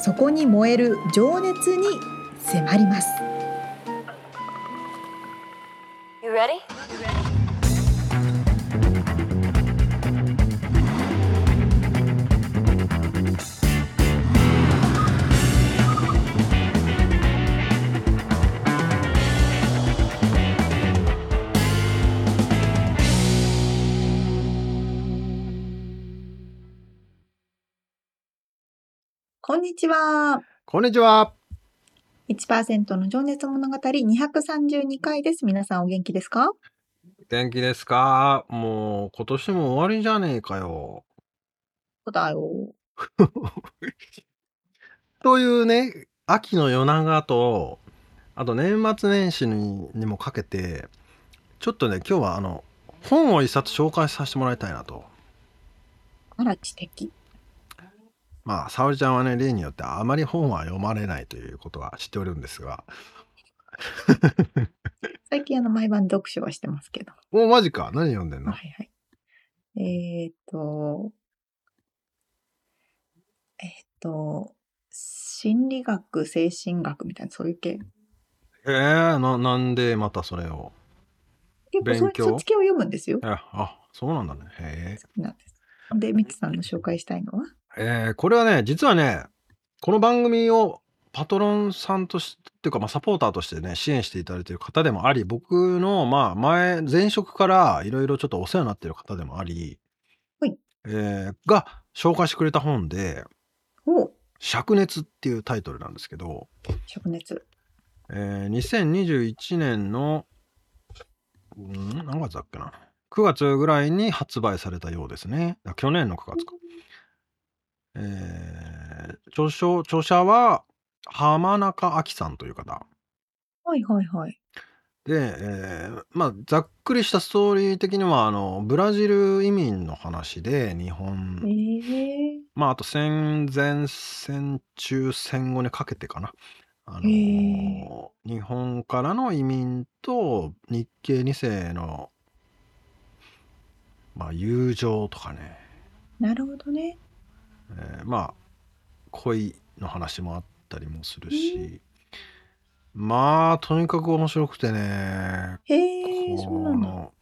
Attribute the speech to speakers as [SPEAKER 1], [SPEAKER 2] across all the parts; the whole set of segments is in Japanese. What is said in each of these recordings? [SPEAKER 1] そこに燃える情熱に迫ります
[SPEAKER 2] You ready?
[SPEAKER 1] こんにちは
[SPEAKER 3] こんにちは。
[SPEAKER 1] 1%の情熱物語232回です皆さんお元気ですか
[SPEAKER 3] 元気ですかもう今年も終わりじゃねえかよ。
[SPEAKER 1] そうだよ
[SPEAKER 3] というね、秋の夜長と、あと年末年始ににもかけて、ちょっとね、今日はあの、本を一冊紹介させてもらいたいなと。
[SPEAKER 1] あら知的
[SPEAKER 3] まあ、沙織ちゃんはね、例によってあまり本は読まれないということは知っておるんですが。
[SPEAKER 1] 最近あの毎晩読書はしてますけど
[SPEAKER 3] お、マジか。何読んでんの
[SPEAKER 1] はいはい。えーっと、えーっと、心理学、精神学みたいな、そういう系。
[SPEAKER 3] えー、な、なんでまたそれを。
[SPEAKER 1] 結構そう
[SPEAKER 3] 勉強
[SPEAKER 1] そっち系を読むんですよ。
[SPEAKER 3] え、あ、そうなんだね。へえ
[SPEAKER 1] 好。きなんです。で、ミツさんの紹介したいのは
[SPEAKER 3] えーこれはね実はねこの番組をパトロンさんとしてっていうか、まあ、サポーターとしてね支援していただいている方でもあり僕の、まあ、前前職からいろいろちょっとお世話になっている方でもあり、
[SPEAKER 1] はい
[SPEAKER 3] えーが紹介してくれた本で
[SPEAKER 1] お
[SPEAKER 3] 「灼熱」っていうタイトルなんですけど、
[SPEAKER 1] 灼熱。
[SPEAKER 3] えー2021年のん何月だっけな9月ぐらいに発売されたようですねあ去年の9月かえー著書著者は浜中亜紀さんという方
[SPEAKER 1] はいはいはい。
[SPEAKER 3] で、えーまあざっくりしたストーリー的にはあのブラジル移民の話で日本、
[SPEAKER 1] え
[SPEAKER 3] まああと戦前戦中戦後にかけてかなあの
[SPEAKER 1] へー
[SPEAKER 3] 日本からの移民と日系2世のまあ友情とかね
[SPEAKER 1] ー、なるほどね。
[SPEAKER 3] えーまあ恋の話もあったりもするし、まあとにかく面白くてね、
[SPEAKER 1] へえー、そうな
[SPEAKER 3] こ
[SPEAKER 1] んだ。
[SPEAKER 3] の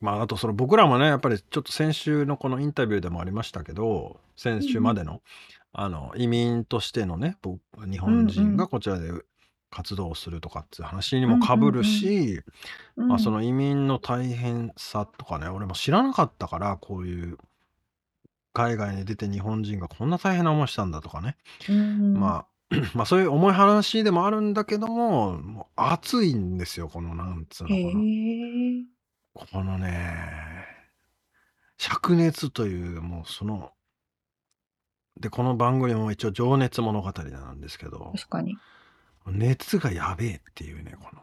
[SPEAKER 3] まああとその僕らもねやっぱりちょっと先週のこのインタビューでもありましたけど先週までの,、あの移民としてのね僕日本人がこちらで活動するとかっていう話にもかぶるし、
[SPEAKER 1] うん
[SPEAKER 3] まあ、その移民の大変さとかね、俺も知らなかったからこういう海外に出て日本人がこんな大変な思いしたんだとかね、
[SPEAKER 1] うん
[SPEAKER 3] まあ まあそういう重い話でもあるんだけどももう熱いんですよこのなんつうの
[SPEAKER 1] へえ
[SPEAKER 3] かな
[SPEAKER 1] ー、
[SPEAKER 3] このね灼熱というもうそのでこの番組も一応「情熱物語」なんですけど
[SPEAKER 1] 確かに。
[SPEAKER 3] 熱がやべえっていうねこの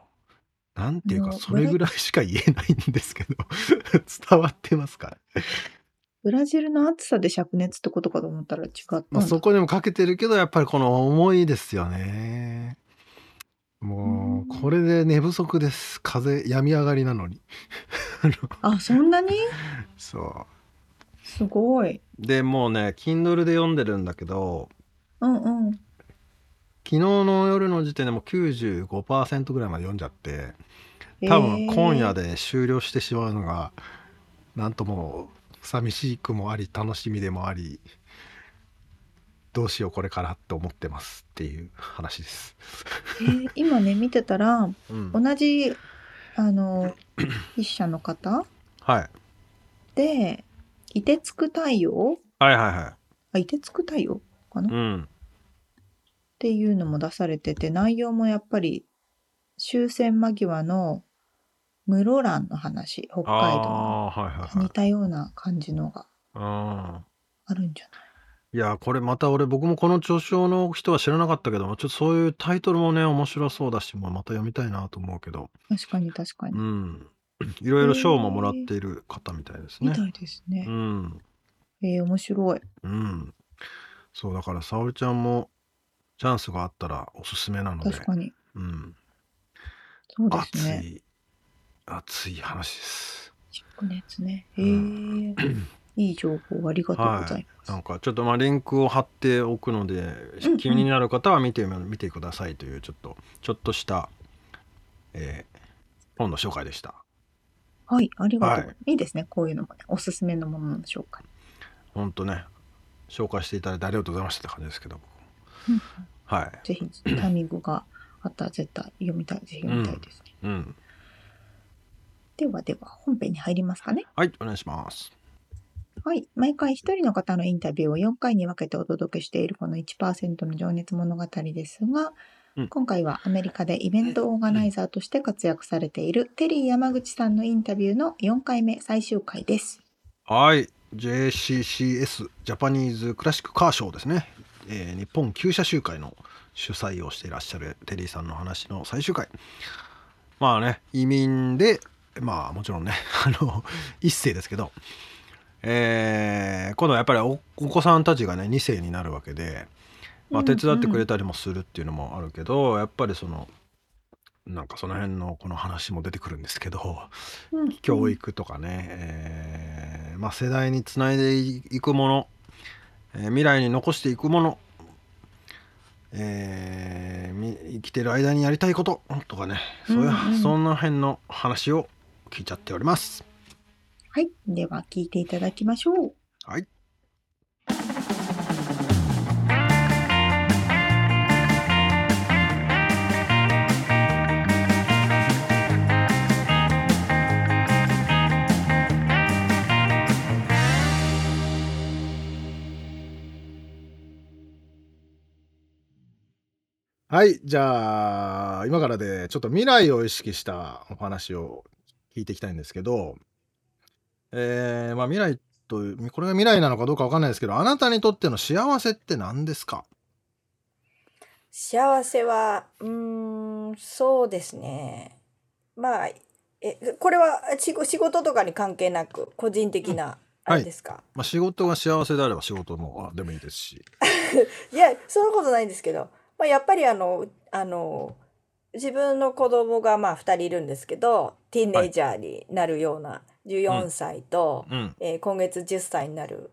[SPEAKER 3] なんていう
[SPEAKER 1] あ
[SPEAKER 3] か
[SPEAKER 1] の
[SPEAKER 3] それぐらいしか言えないんですけど伝わってますか、
[SPEAKER 1] ブラジルの暑さで灼熱ってことかと思ったら違ったんだ。
[SPEAKER 3] まあ、そこにもかけてるけどやっぱりこの重いですよねも
[SPEAKER 1] うん
[SPEAKER 3] うこれで寝不足です風病み上がりなのにあの
[SPEAKER 1] あ、そんなに
[SPEAKER 3] そ
[SPEAKER 1] すごい。
[SPEAKER 3] うでもうね Kindle で読んでるんだけど
[SPEAKER 1] うんうん。
[SPEAKER 3] 昨日の夜の時点でもう95%ぐらいまで読んじゃって多分今夜
[SPEAKER 1] で。
[SPEAKER 3] で終了してしまうのが、なんとも寂しくもあり楽しみでもありどうしようこれからって思ってますっていう話です。
[SPEAKER 1] えー今ね見てたら
[SPEAKER 3] うん、
[SPEAKER 1] 同じあの筆者の方
[SPEAKER 3] はい
[SPEAKER 1] で凍てつく太陽
[SPEAKER 3] はいはいは
[SPEAKER 1] あ凍てつく太陽かな、
[SPEAKER 3] い。
[SPEAKER 1] っ
[SPEAKER 3] うん、
[SPEAKER 1] ていうのも出されてて内容もやっぱり終戦間際の室蘭の話北海道
[SPEAKER 3] ああーはいは
[SPEAKER 1] の
[SPEAKER 3] いは
[SPEAKER 1] 似たような感じのが
[SPEAKER 3] い。
[SPEAKER 1] あるんじゃない
[SPEAKER 3] いや、これまた俺、僕もこの著書の人は知らなかったけども、ちょっとそういうタイトルもね、面白そうだし、まあ、また読みたいなと思うけど、
[SPEAKER 4] 確かに確かに、
[SPEAKER 3] うん。いろいろ賞ももらっている方みたいです
[SPEAKER 4] み
[SPEAKER 3] ね。
[SPEAKER 4] たいですね
[SPEAKER 3] う、ん。
[SPEAKER 4] えー面白い
[SPEAKER 3] うん。そう、だから、沙織ちゃんも、チャンスがあったらおすすめなので、
[SPEAKER 4] 確かに
[SPEAKER 3] うん。
[SPEAKER 4] そうで
[SPEAKER 3] 熱
[SPEAKER 4] すね
[SPEAKER 3] い、熱い話です。
[SPEAKER 4] 灼熱ねへ
[SPEAKER 3] う
[SPEAKER 4] え、 いい情報ありがとうございます、
[SPEAKER 3] なんかちょっとまあリンクを貼っておくので、
[SPEAKER 4] うんうん
[SPEAKER 3] 気になる方は見てみ見てくださいというちょっとちょっとした、えー本の紹介でした。
[SPEAKER 4] はい、ありがとう、。
[SPEAKER 3] はい
[SPEAKER 4] いですね、こういうのもね、おすすめのものの紹介。
[SPEAKER 3] 本当ね紹介していただいてありがとうございましたって感じですけど、
[SPEAKER 4] うん
[SPEAKER 3] はい、
[SPEAKER 4] ぜひ、タイミングがあったら絶対読みたい、ぜひ読みたいですね。
[SPEAKER 3] うん、
[SPEAKER 4] ではでは、本編に入りますかね。
[SPEAKER 3] はいお願いします。
[SPEAKER 4] はい、毎回一人の方のインタビューを4回に分けてお届けしているこの1%の情熱物語ですが、
[SPEAKER 3] うん
[SPEAKER 4] 今回はアメリカでイベントオーガナイザーとして活躍されているテリー山口さんのインタビューの4回目最終回です。
[SPEAKER 3] はい、JCCS ジャパニーズクラシックカーショーですね、えー日本旧車集会の主催をしていらっしゃるテリーさんの話の最終回まあね移民でまあもちろんね あの一世ですけど、えー今度はやっぱりおお子さんたちがね2世になるわけで、ま
[SPEAKER 4] う
[SPEAKER 3] あ、
[SPEAKER 4] ん
[SPEAKER 3] 手伝ってくれたりもするっていうのもあるけど、やっぱりそのなんかその辺のこの話も出てくるんですけど。教育とかね、えーまあ、世代につないでいくもの、えー未来に残していくもの、えーみ生きてる間にやりたいこととかねそういう、
[SPEAKER 4] うんうん
[SPEAKER 3] そんな辺の話を聞いちゃっております。
[SPEAKER 4] はい、では聞いていただきましょう。
[SPEAKER 3] はい、
[SPEAKER 5] はい、じゃあ、今からで、ちょっと未来を意識したお話を聞いていきたいんですけど、えー、まあ未来という、これが未来なのかどうかわかんないですけど、あなたにとっての幸せって何ですか
[SPEAKER 2] 幸せは、うーん、そうですね。まあ、え、これは仕事仕事とかに関係なく、個人的な、あ
[SPEAKER 3] はい
[SPEAKER 2] れですか。
[SPEAKER 3] まあ、仕事が幸せであれば仕事もあでもいいですし、
[SPEAKER 2] いや、そんなことないんですけど、まあ、やっぱりあの、あの、自分の子供がまあ2人いるんですけど、ティーンネイジャーになるような14歳と、
[SPEAKER 3] うん、
[SPEAKER 2] えー今月10歳になる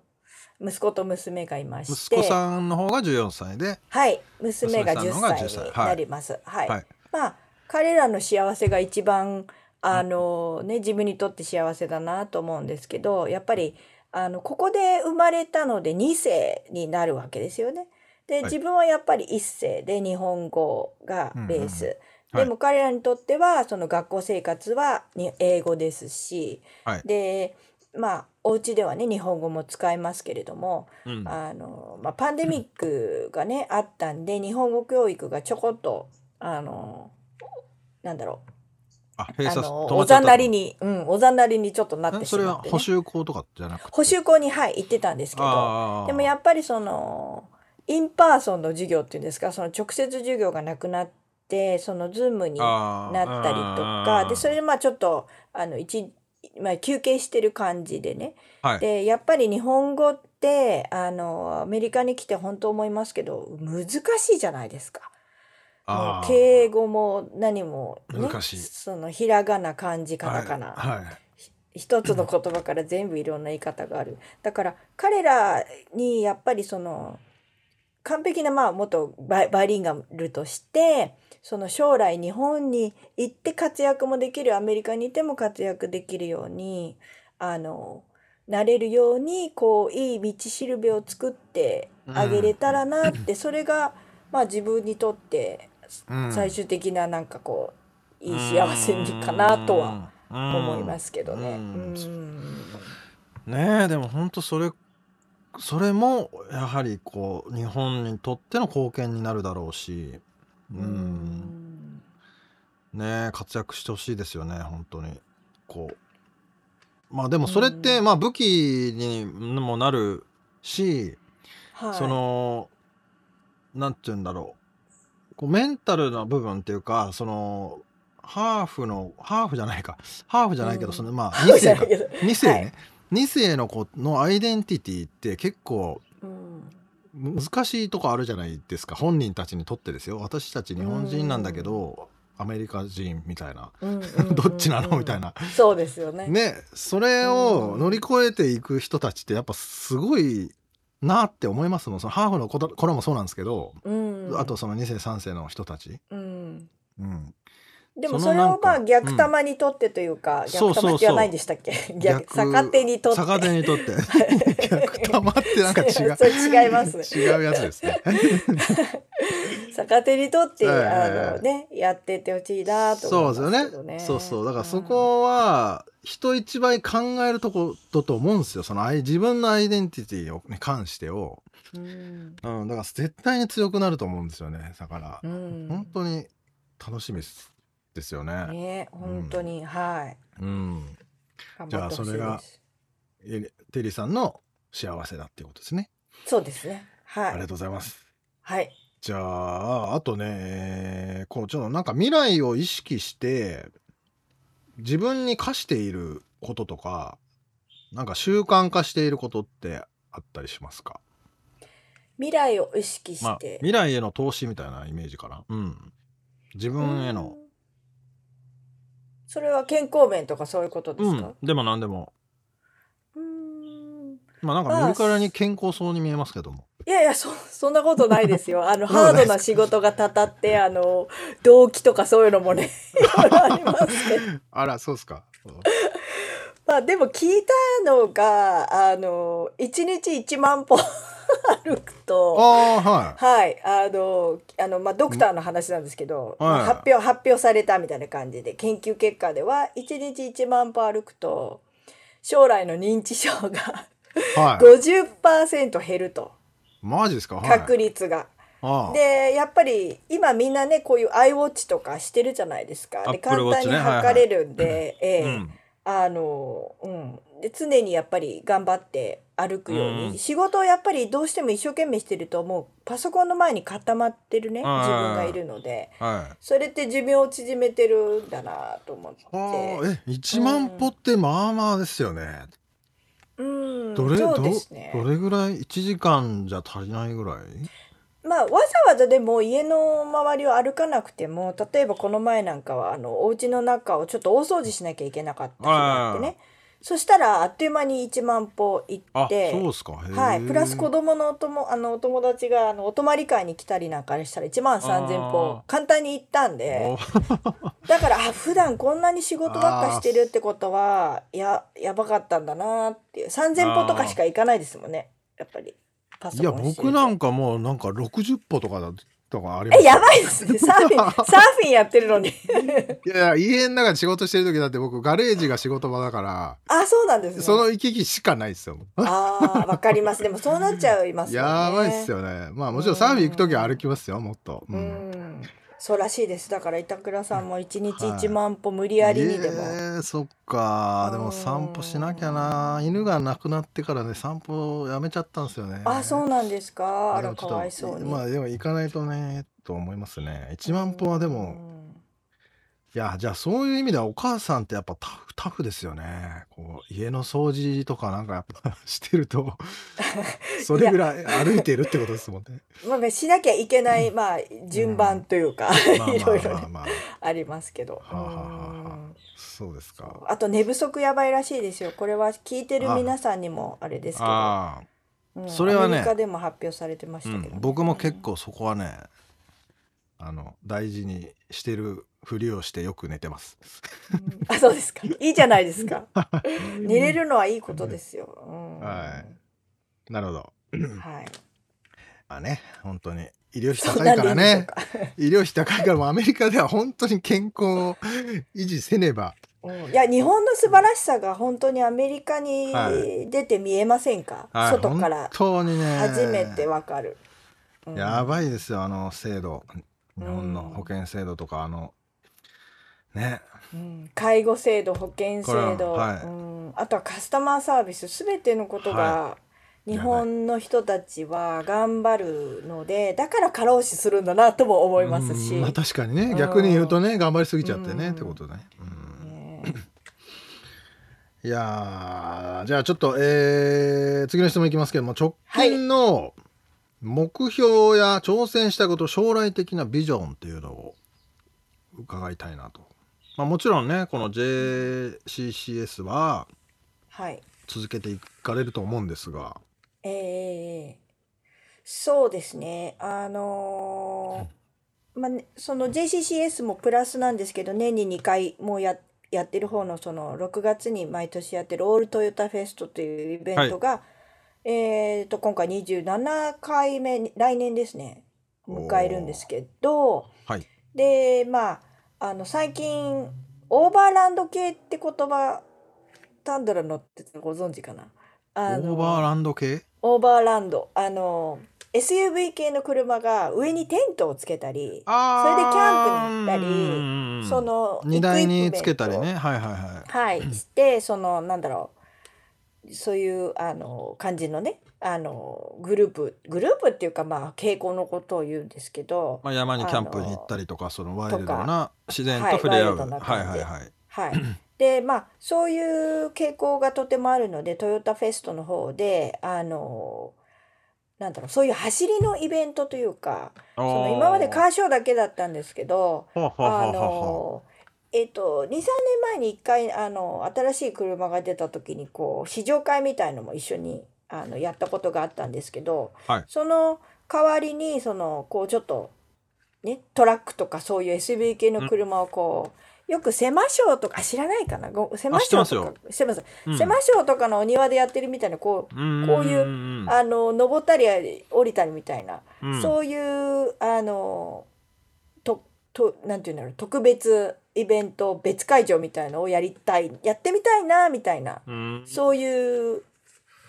[SPEAKER 2] 息子と娘がいまし
[SPEAKER 3] 息
[SPEAKER 2] て、
[SPEAKER 3] 子さんの方が14歳で、
[SPEAKER 2] はい、娘が
[SPEAKER 3] 娘
[SPEAKER 2] 10
[SPEAKER 3] さんのが
[SPEAKER 2] 歳
[SPEAKER 3] 10
[SPEAKER 2] に
[SPEAKER 3] 歳
[SPEAKER 2] なります。はい。
[SPEAKER 3] はい
[SPEAKER 2] まあ、彼らの幸せが一番、あのね、自分にとって幸せだなと思うんですけど、やっぱり、あの、ここで生まれたので2世になるわけですよね。
[SPEAKER 3] い
[SPEAKER 2] で、自分はやっぱり1世で日本語がベー
[SPEAKER 3] うん
[SPEAKER 2] ス。
[SPEAKER 3] はい
[SPEAKER 2] でも彼らにとっては、その学校生活はに英語ですし
[SPEAKER 3] はい、
[SPEAKER 2] で、まあ、お家ではね、日本語も使いますけれども、
[SPEAKER 3] うん
[SPEAKER 2] あの、まあ、パンデミックがね、あったんで、日本語教育がちょこっと、あの、なんだろ
[SPEAKER 3] あ
[SPEAKER 2] う、
[SPEAKER 3] 閉
[SPEAKER 2] あ
[SPEAKER 3] 鎖
[SPEAKER 2] の、
[SPEAKER 3] 止ま
[SPEAKER 2] お
[SPEAKER 3] っちゃ
[SPEAKER 2] ざ
[SPEAKER 3] った
[SPEAKER 2] なりに、うん、おざなりにちょっとなっ
[SPEAKER 3] え
[SPEAKER 2] てし
[SPEAKER 3] それ
[SPEAKER 2] ま
[SPEAKER 3] は
[SPEAKER 2] って、
[SPEAKER 3] 補
[SPEAKER 2] ね。
[SPEAKER 3] 修校とかじゃなくて
[SPEAKER 2] 補習校に、はい、行ってたんですけど、
[SPEAKER 3] あー
[SPEAKER 2] でもやっぱりその、インパーソンの授業っていうんですか、その直接授業がなくなって、そのズームに
[SPEAKER 3] あー
[SPEAKER 2] なったりとか、で、それでまあちょっと、あの、一、まあ休憩してる感じでね、
[SPEAKER 3] はい、
[SPEAKER 2] でやっぱり日本語ってあのアメリカに来て本当思いますけど難しいじゃないですか。も
[SPEAKER 3] あ
[SPEAKER 2] う
[SPEAKER 3] ー
[SPEAKER 2] 敬語も何も、ね、
[SPEAKER 3] 難しい
[SPEAKER 2] そのひらがな漢字カタカナ、
[SPEAKER 3] はいはい
[SPEAKER 2] 一つの言葉から全部いろんな言い方がある。だから彼らにやっぱりその完璧なまあ元バイバイリンガルとしてその将来日本に行って活躍もできるアメリカにいても活躍できるようにあのなれるようにこういい道しるべを作ってあげれたらなって、それがまあ自分にとって
[SPEAKER 3] うん
[SPEAKER 2] 最終的ななんかこういい幸せにかなとは思いますすけどね。
[SPEAKER 3] うん
[SPEAKER 2] うん
[SPEAKER 3] ねえでも本当それそれもやはりこう日本にとっての貢献になるだろうし、うんねえ活躍してほしいですよね本当にこうまあでもそれって、
[SPEAKER 2] う
[SPEAKER 3] まあ武器にもなるし、
[SPEAKER 2] はい、
[SPEAKER 3] そのなんて言うんだろうこうメンタルな部分っていうかそのハーフのハーフじゃないかハーフじゃないけ
[SPEAKER 2] う
[SPEAKER 3] ど、
[SPEAKER 2] ん
[SPEAKER 3] そのまあ
[SPEAKER 2] そう
[SPEAKER 3] 2
[SPEAKER 2] じゃ
[SPEAKER 3] 世
[SPEAKER 2] な
[SPEAKER 3] か
[SPEAKER 2] いけど
[SPEAKER 3] 2世ね、
[SPEAKER 2] はい
[SPEAKER 3] 2世の子のアイデンティティって結構
[SPEAKER 2] うん
[SPEAKER 3] 難しいとこあるじゃないですか本人たちにとってですよ私たち日本人なんだけど、アメリカ人みたいな、
[SPEAKER 2] うんうんうん
[SPEAKER 3] どっちなのみたいな
[SPEAKER 2] そうですよね
[SPEAKER 3] ねそれを乗り越えていく人たちってやっぱすごいなって思いますもんそのハーフの子と頃もそうなんですけど、
[SPEAKER 2] うん
[SPEAKER 3] あとその2世3世の人たち、
[SPEAKER 2] うん
[SPEAKER 3] うん、
[SPEAKER 2] でも
[SPEAKER 3] そ
[SPEAKER 2] それ
[SPEAKER 3] のなん
[SPEAKER 2] をま
[SPEAKER 3] か
[SPEAKER 2] あ逆玉にとってというか、
[SPEAKER 3] そ
[SPEAKER 2] 逆
[SPEAKER 3] うそうそ
[SPEAKER 2] 玉
[SPEAKER 3] う
[SPEAKER 2] じゃないんでしたっけ逆逆手にとって
[SPEAKER 3] 逆手にとって 逆玉ってなんか違
[SPEAKER 2] そうれ違いますね
[SPEAKER 3] 違うやつで すね
[SPEAKER 2] 逆手にとって、
[SPEAKER 3] はいはいはい
[SPEAKER 2] あのねやってってほしいなと
[SPEAKER 3] そう
[SPEAKER 2] 思い
[SPEAKER 3] ですよ
[SPEAKER 2] ますけど
[SPEAKER 3] ね
[SPEAKER 2] ね
[SPEAKER 3] そうそうだからそ、こは人一倍考えるとこだと思うんですよそのアイ自分のアイデンティティをに関してを、
[SPEAKER 2] うん
[SPEAKER 3] うん、だから絶対に強くなると思うんですよねだから、
[SPEAKER 2] うん
[SPEAKER 3] 本当に楽しみですですよね。
[SPEAKER 2] ね本当に、はい
[SPEAKER 3] うん、
[SPEAKER 2] 頑
[SPEAKER 3] じゃ
[SPEAKER 2] 張
[SPEAKER 3] あ
[SPEAKER 2] ってほしい
[SPEAKER 3] それが
[SPEAKER 2] です
[SPEAKER 3] えテリーさんの幸せだっていうことですね。
[SPEAKER 2] そうですね
[SPEAKER 3] あ
[SPEAKER 2] は
[SPEAKER 3] りが
[SPEAKER 2] い
[SPEAKER 3] とうございます。
[SPEAKER 2] はい
[SPEAKER 3] じゃああとねえーこうちょっとなんか未来を意識して自分に課していることとかなんか習慣化していることってあったりしますか、
[SPEAKER 2] 未来を意識
[SPEAKER 3] まあ
[SPEAKER 2] し、て、
[SPEAKER 3] 未来への投資みたいなイメージかな。うん、自分への、
[SPEAKER 2] うんそれは健康面とかそういうことで
[SPEAKER 3] う
[SPEAKER 2] す
[SPEAKER 3] ん
[SPEAKER 2] か、
[SPEAKER 3] でも何でも
[SPEAKER 2] うん
[SPEAKER 3] まあなんか見るからに健康そうに見えますけども。
[SPEAKER 2] いやいや、そ、そんなことないです よ。あの、
[SPEAKER 3] そんなこ
[SPEAKER 2] ハー
[SPEAKER 3] とない
[SPEAKER 2] ドな仕事がたた って、あの、動機とかそういうのもね、 いろいろありますけど。
[SPEAKER 3] あらそうですか。
[SPEAKER 2] まあ、でも聞いたのが、あの、1日1万歩 歩く
[SPEAKER 3] あ
[SPEAKER 2] と、
[SPEAKER 3] あはい。
[SPEAKER 2] はい、あの、あの、まあ、ドクターの話なんですけど、
[SPEAKER 3] はい
[SPEAKER 2] まあ発表、発表されたみたいな感じで、研究結果では、1日1万歩歩くと、将来の認知症が
[SPEAKER 3] はい。
[SPEAKER 2] 50%減ると、
[SPEAKER 3] マジですか。はい、
[SPEAKER 2] 確率が。
[SPEAKER 3] ああ
[SPEAKER 2] でやっぱり今みんなねこういう iWatch とかしてるじゃないですか。で
[SPEAKER 3] Apple
[SPEAKER 2] 簡
[SPEAKER 3] Watch
[SPEAKER 2] 単
[SPEAKER 3] ね
[SPEAKER 2] に測れるんで、ええ
[SPEAKER 3] うん
[SPEAKER 2] あのうんで常にやっぱり頑張って歩くように、
[SPEAKER 3] うん
[SPEAKER 2] 仕事をやっぱりどうしても一生懸命してるともうパソコンの前に固まってるね
[SPEAKER 3] うん
[SPEAKER 2] 自分がいるので
[SPEAKER 3] はい。
[SPEAKER 2] それって寿命を縮めてるんだなと思って。
[SPEAKER 3] はあ、え、一万歩ってまあまあですよね。
[SPEAKER 2] うん、
[SPEAKER 3] どれ、
[SPEAKER 2] そ
[SPEAKER 3] ど
[SPEAKER 2] うですね
[SPEAKER 3] どれぐらい、一時間じゃ足りないぐらい。
[SPEAKER 2] まあわざわざでも家の周りを歩かなくても例えばこの前なんかはあのお家の中をちょっと大掃除しなきゃいけなかった日があって
[SPEAKER 3] はい
[SPEAKER 2] ねそしたらあっという間に1万歩行っ、
[SPEAKER 3] あそう
[SPEAKER 2] て
[SPEAKER 3] ですか。へえ
[SPEAKER 2] はい、プラス子。供のおともあのお友達があのお泊まり会に来たりなんかしたら1万3,000歩
[SPEAKER 3] あー
[SPEAKER 2] 簡単に行ったんで
[SPEAKER 3] お
[SPEAKER 2] だからあ普段こんなに仕事ばっかしてるってことはややばかったんだなっていう3,000歩とかしか行かないですもんねやっぱりパソ
[SPEAKER 3] いや、
[SPEAKER 2] コンしてると
[SPEAKER 3] 僕なんかもう、なんか六十歩とかだ、とかあります
[SPEAKER 2] え、
[SPEAKER 3] よ。
[SPEAKER 2] やばいですね。サーフィン、サーフィンやってるのに。
[SPEAKER 5] いやいや家の中で仕事してる時だって僕ガレージが仕事場だから
[SPEAKER 2] あ、そうなんですね。
[SPEAKER 5] その行き来しかないですよ。
[SPEAKER 2] ああ、わかります。でもそうなっちゃいますよね。
[SPEAKER 5] やばいっす。よね。まあもちろんサーフィン行く時は歩きますよもっと。う
[SPEAKER 2] うんん。そうらしいです。だから板倉さんも一日
[SPEAKER 5] はい
[SPEAKER 2] 一万歩無理やりにでも。
[SPEAKER 5] えーそっかで
[SPEAKER 2] う
[SPEAKER 5] も
[SPEAKER 2] ん
[SPEAKER 5] 散歩しなきゃな犬が亡くなってからね散歩やめちゃったんですよね
[SPEAKER 2] あ、そうなんですか。あ
[SPEAKER 5] で
[SPEAKER 2] ら、
[SPEAKER 5] もちょ
[SPEAKER 2] か
[SPEAKER 5] っと
[SPEAKER 2] わいそうに。
[SPEAKER 5] まあでも行かないとねと思いますね1万歩はでも、いやじゃあそういう意味ではお母さんってやっぱタフタフですよねこう家の掃除とかなんかやっぱしてる とそれぐらい歩いてるってことですもんね
[SPEAKER 2] うん。まあね、しなきゃいけない、まあ、順番というか、
[SPEAKER 5] まあま
[SPEAKER 2] いろいろ
[SPEAKER 5] あまあ
[SPEAKER 2] ね
[SPEAKER 5] まあ
[SPEAKER 2] ありますけど。
[SPEAKER 5] はあはあはあはあ
[SPEAKER 2] うん
[SPEAKER 5] そうですか
[SPEAKER 2] あと寝不足やばいらしいですよ。これは聞いてる皆さんにもあれですけど。
[SPEAKER 3] ああ、
[SPEAKER 2] うん
[SPEAKER 3] それはね
[SPEAKER 2] アメリカでも発表されてまし
[SPEAKER 3] う
[SPEAKER 2] たけどね、
[SPEAKER 3] ん、僕も結構そこはね。あの大事にしてるふりをしてよく寝て ます。
[SPEAKER 2] うんあそうですかいいじゃないです か寝れるのはいいことですよ、うん、
[SPEAKER 5] はなるほど
[SPEAKER 2] はい
[SPEAKER 5] まあね本当に医療費
[SPEAKER 2] そ
[SPEAKER 5] 高
[SPEAKER 2] う
[SPEAKER 5] い
[SPEAKER 2] なん
[SPEAKER 5] から
[SPEAKER 2] でいいんで
[SPEAKER 5] ね
[SPEAKER 2] しょうか
[SPEAKER 5] 医療費高いからもうアメリカでは本当に健康を維持せねば
[SPEAKER 2] うんいや日本の素晴らしさが本当にアメリカに
[SPEAKER 5] はい
[SPEAKER 2] 出て見えませんか、
[SPEAKER 5] はい
[SPEAKER 2] 外から
[SPEAKER 5] 本当にね
[SPEAKER 2] 初めてわかる、うん
[SPEAKER 5] やばいですよあの制度日本の
[SPEAKER 2] うん
[SPEAKER 5] 保険制度とかあのね
[SPEAKER 2] うん介護制度保険制
[SPEAKER 5] これ
[SPEAKER 2] 度、
[SPEAKER 5] ははい
[SPEAKER 2] うんあとはカスタマーサービスすべてのことが日本の人たちは頑張るのでだから過労死するんだなとも思いますし、
[SPEAKER 5] うんまあ、確かにね
[SPEAKER 2] うん
[SPEAKER 5] 逆に言うとね頑張りすぎちゃってね、
[SPEAKER 2] うん
[SPEAKER 5] ってことね、うん
[SPEAKER 2] ね
[SPEAKER 5] いやーじゃあちょっと、えー次の質問いきますけども直近の目標や挑戦したこと将来的なビジョンっていうのを伺いたいなと、まあ、もちろんねこの JCCS は
[SPEAKER 2] はい
[SPEAKER 5] 続けていかれると思うんですが
[SPEAKER 2] えー、そうですね。あのーまあね、その JCCS もプラスなんですけど、年に2回もうや、やってる方のその6月に毎年やってるオールトヨタフェストというイベントが、えーと、今回27回目に、来年ですね、迎えるんですけど、
[SPEAKER 5] はい
[SPEAKER 2] で、まあ、あの、最近、オーバーランド系って言葉、タンドラのってご存知かな
[SPEAKER 5] オ
[SPEAKER 2] あの
[SPEAKER 5] ーバーランド系
[SPEAKER 2] オーバーランドあの SUV 系の車が上にテントをつけたり
[SPEAKER 5] あ
[SPEAKER 2] それでキャンプに行ったり
[SPEAKER 3] り
[SPEAKER 2] その
[SPEAKER 5] 荷台につけたり
[SPEAKER 2] エ
[SPEAKER 5] ねはいはいはい
[SPEAKER 2] クイプメントをはいしてそのなんだろうそういうあの感じのねあのグループグループっていうかまあ傾向のことを言うんですけど、
[SPEAKER 3] まあ、山にキャンプに行ったりとかそのワイルドな自然と触れ合う、
[SPEAKER 2] はいワイルドな
[SPEAKER 3] はい、
[SPEAKER 2] 感じ
[SPEAKER 3] はいはい
[SPEAKER 2] はい、でまあそういう傾向がとてもあるのでトヨタフェストの方であのなんだろうそういう走りのイベントというかそ
[SPEAKER 3] そ
[SPEAKER 2] の今までカーショーだけだったんですけど、
[SPEAKER 3] ははは
[SPEAKER 2] あ
[SPEAKER 3] はは
[SPEAKER 2] のえっと、23年前に1回あの新しい車が出た時にこう試乗会みたいのも一緒にあのやったことがあったんですけど、
[SPEAKER 3] はい
[SPEAKER 2] その代わりにそのこうちょっと、ね、トラックとかそういう SUV 系の車をこうよく狭小とか知らないかなご狭
[SPEAKER 3] あ知って
[SPEAKER 2] 小
[SPEAKER 3] ます
[SPEAKER 2] と
[SPEAKER 3] よ
[SPEAKER 2] か知ってます
[SPEAKER 3] うん
[SPEAKER 2] 狭小とかのお庭でやってるみたいなこう、こういう
[SPEAKER 3] うん
[SPEAKER 2] あの登ったり降りたりみたいな。
[SPEAKER 3] うん
[SPEAKER 2] そういうあのととなんていうんだろう特別イベント別会場みたいのをやりたいやってみたいなみたいな
[SPEAKER 3] うん
[SPEAKER 2] そういう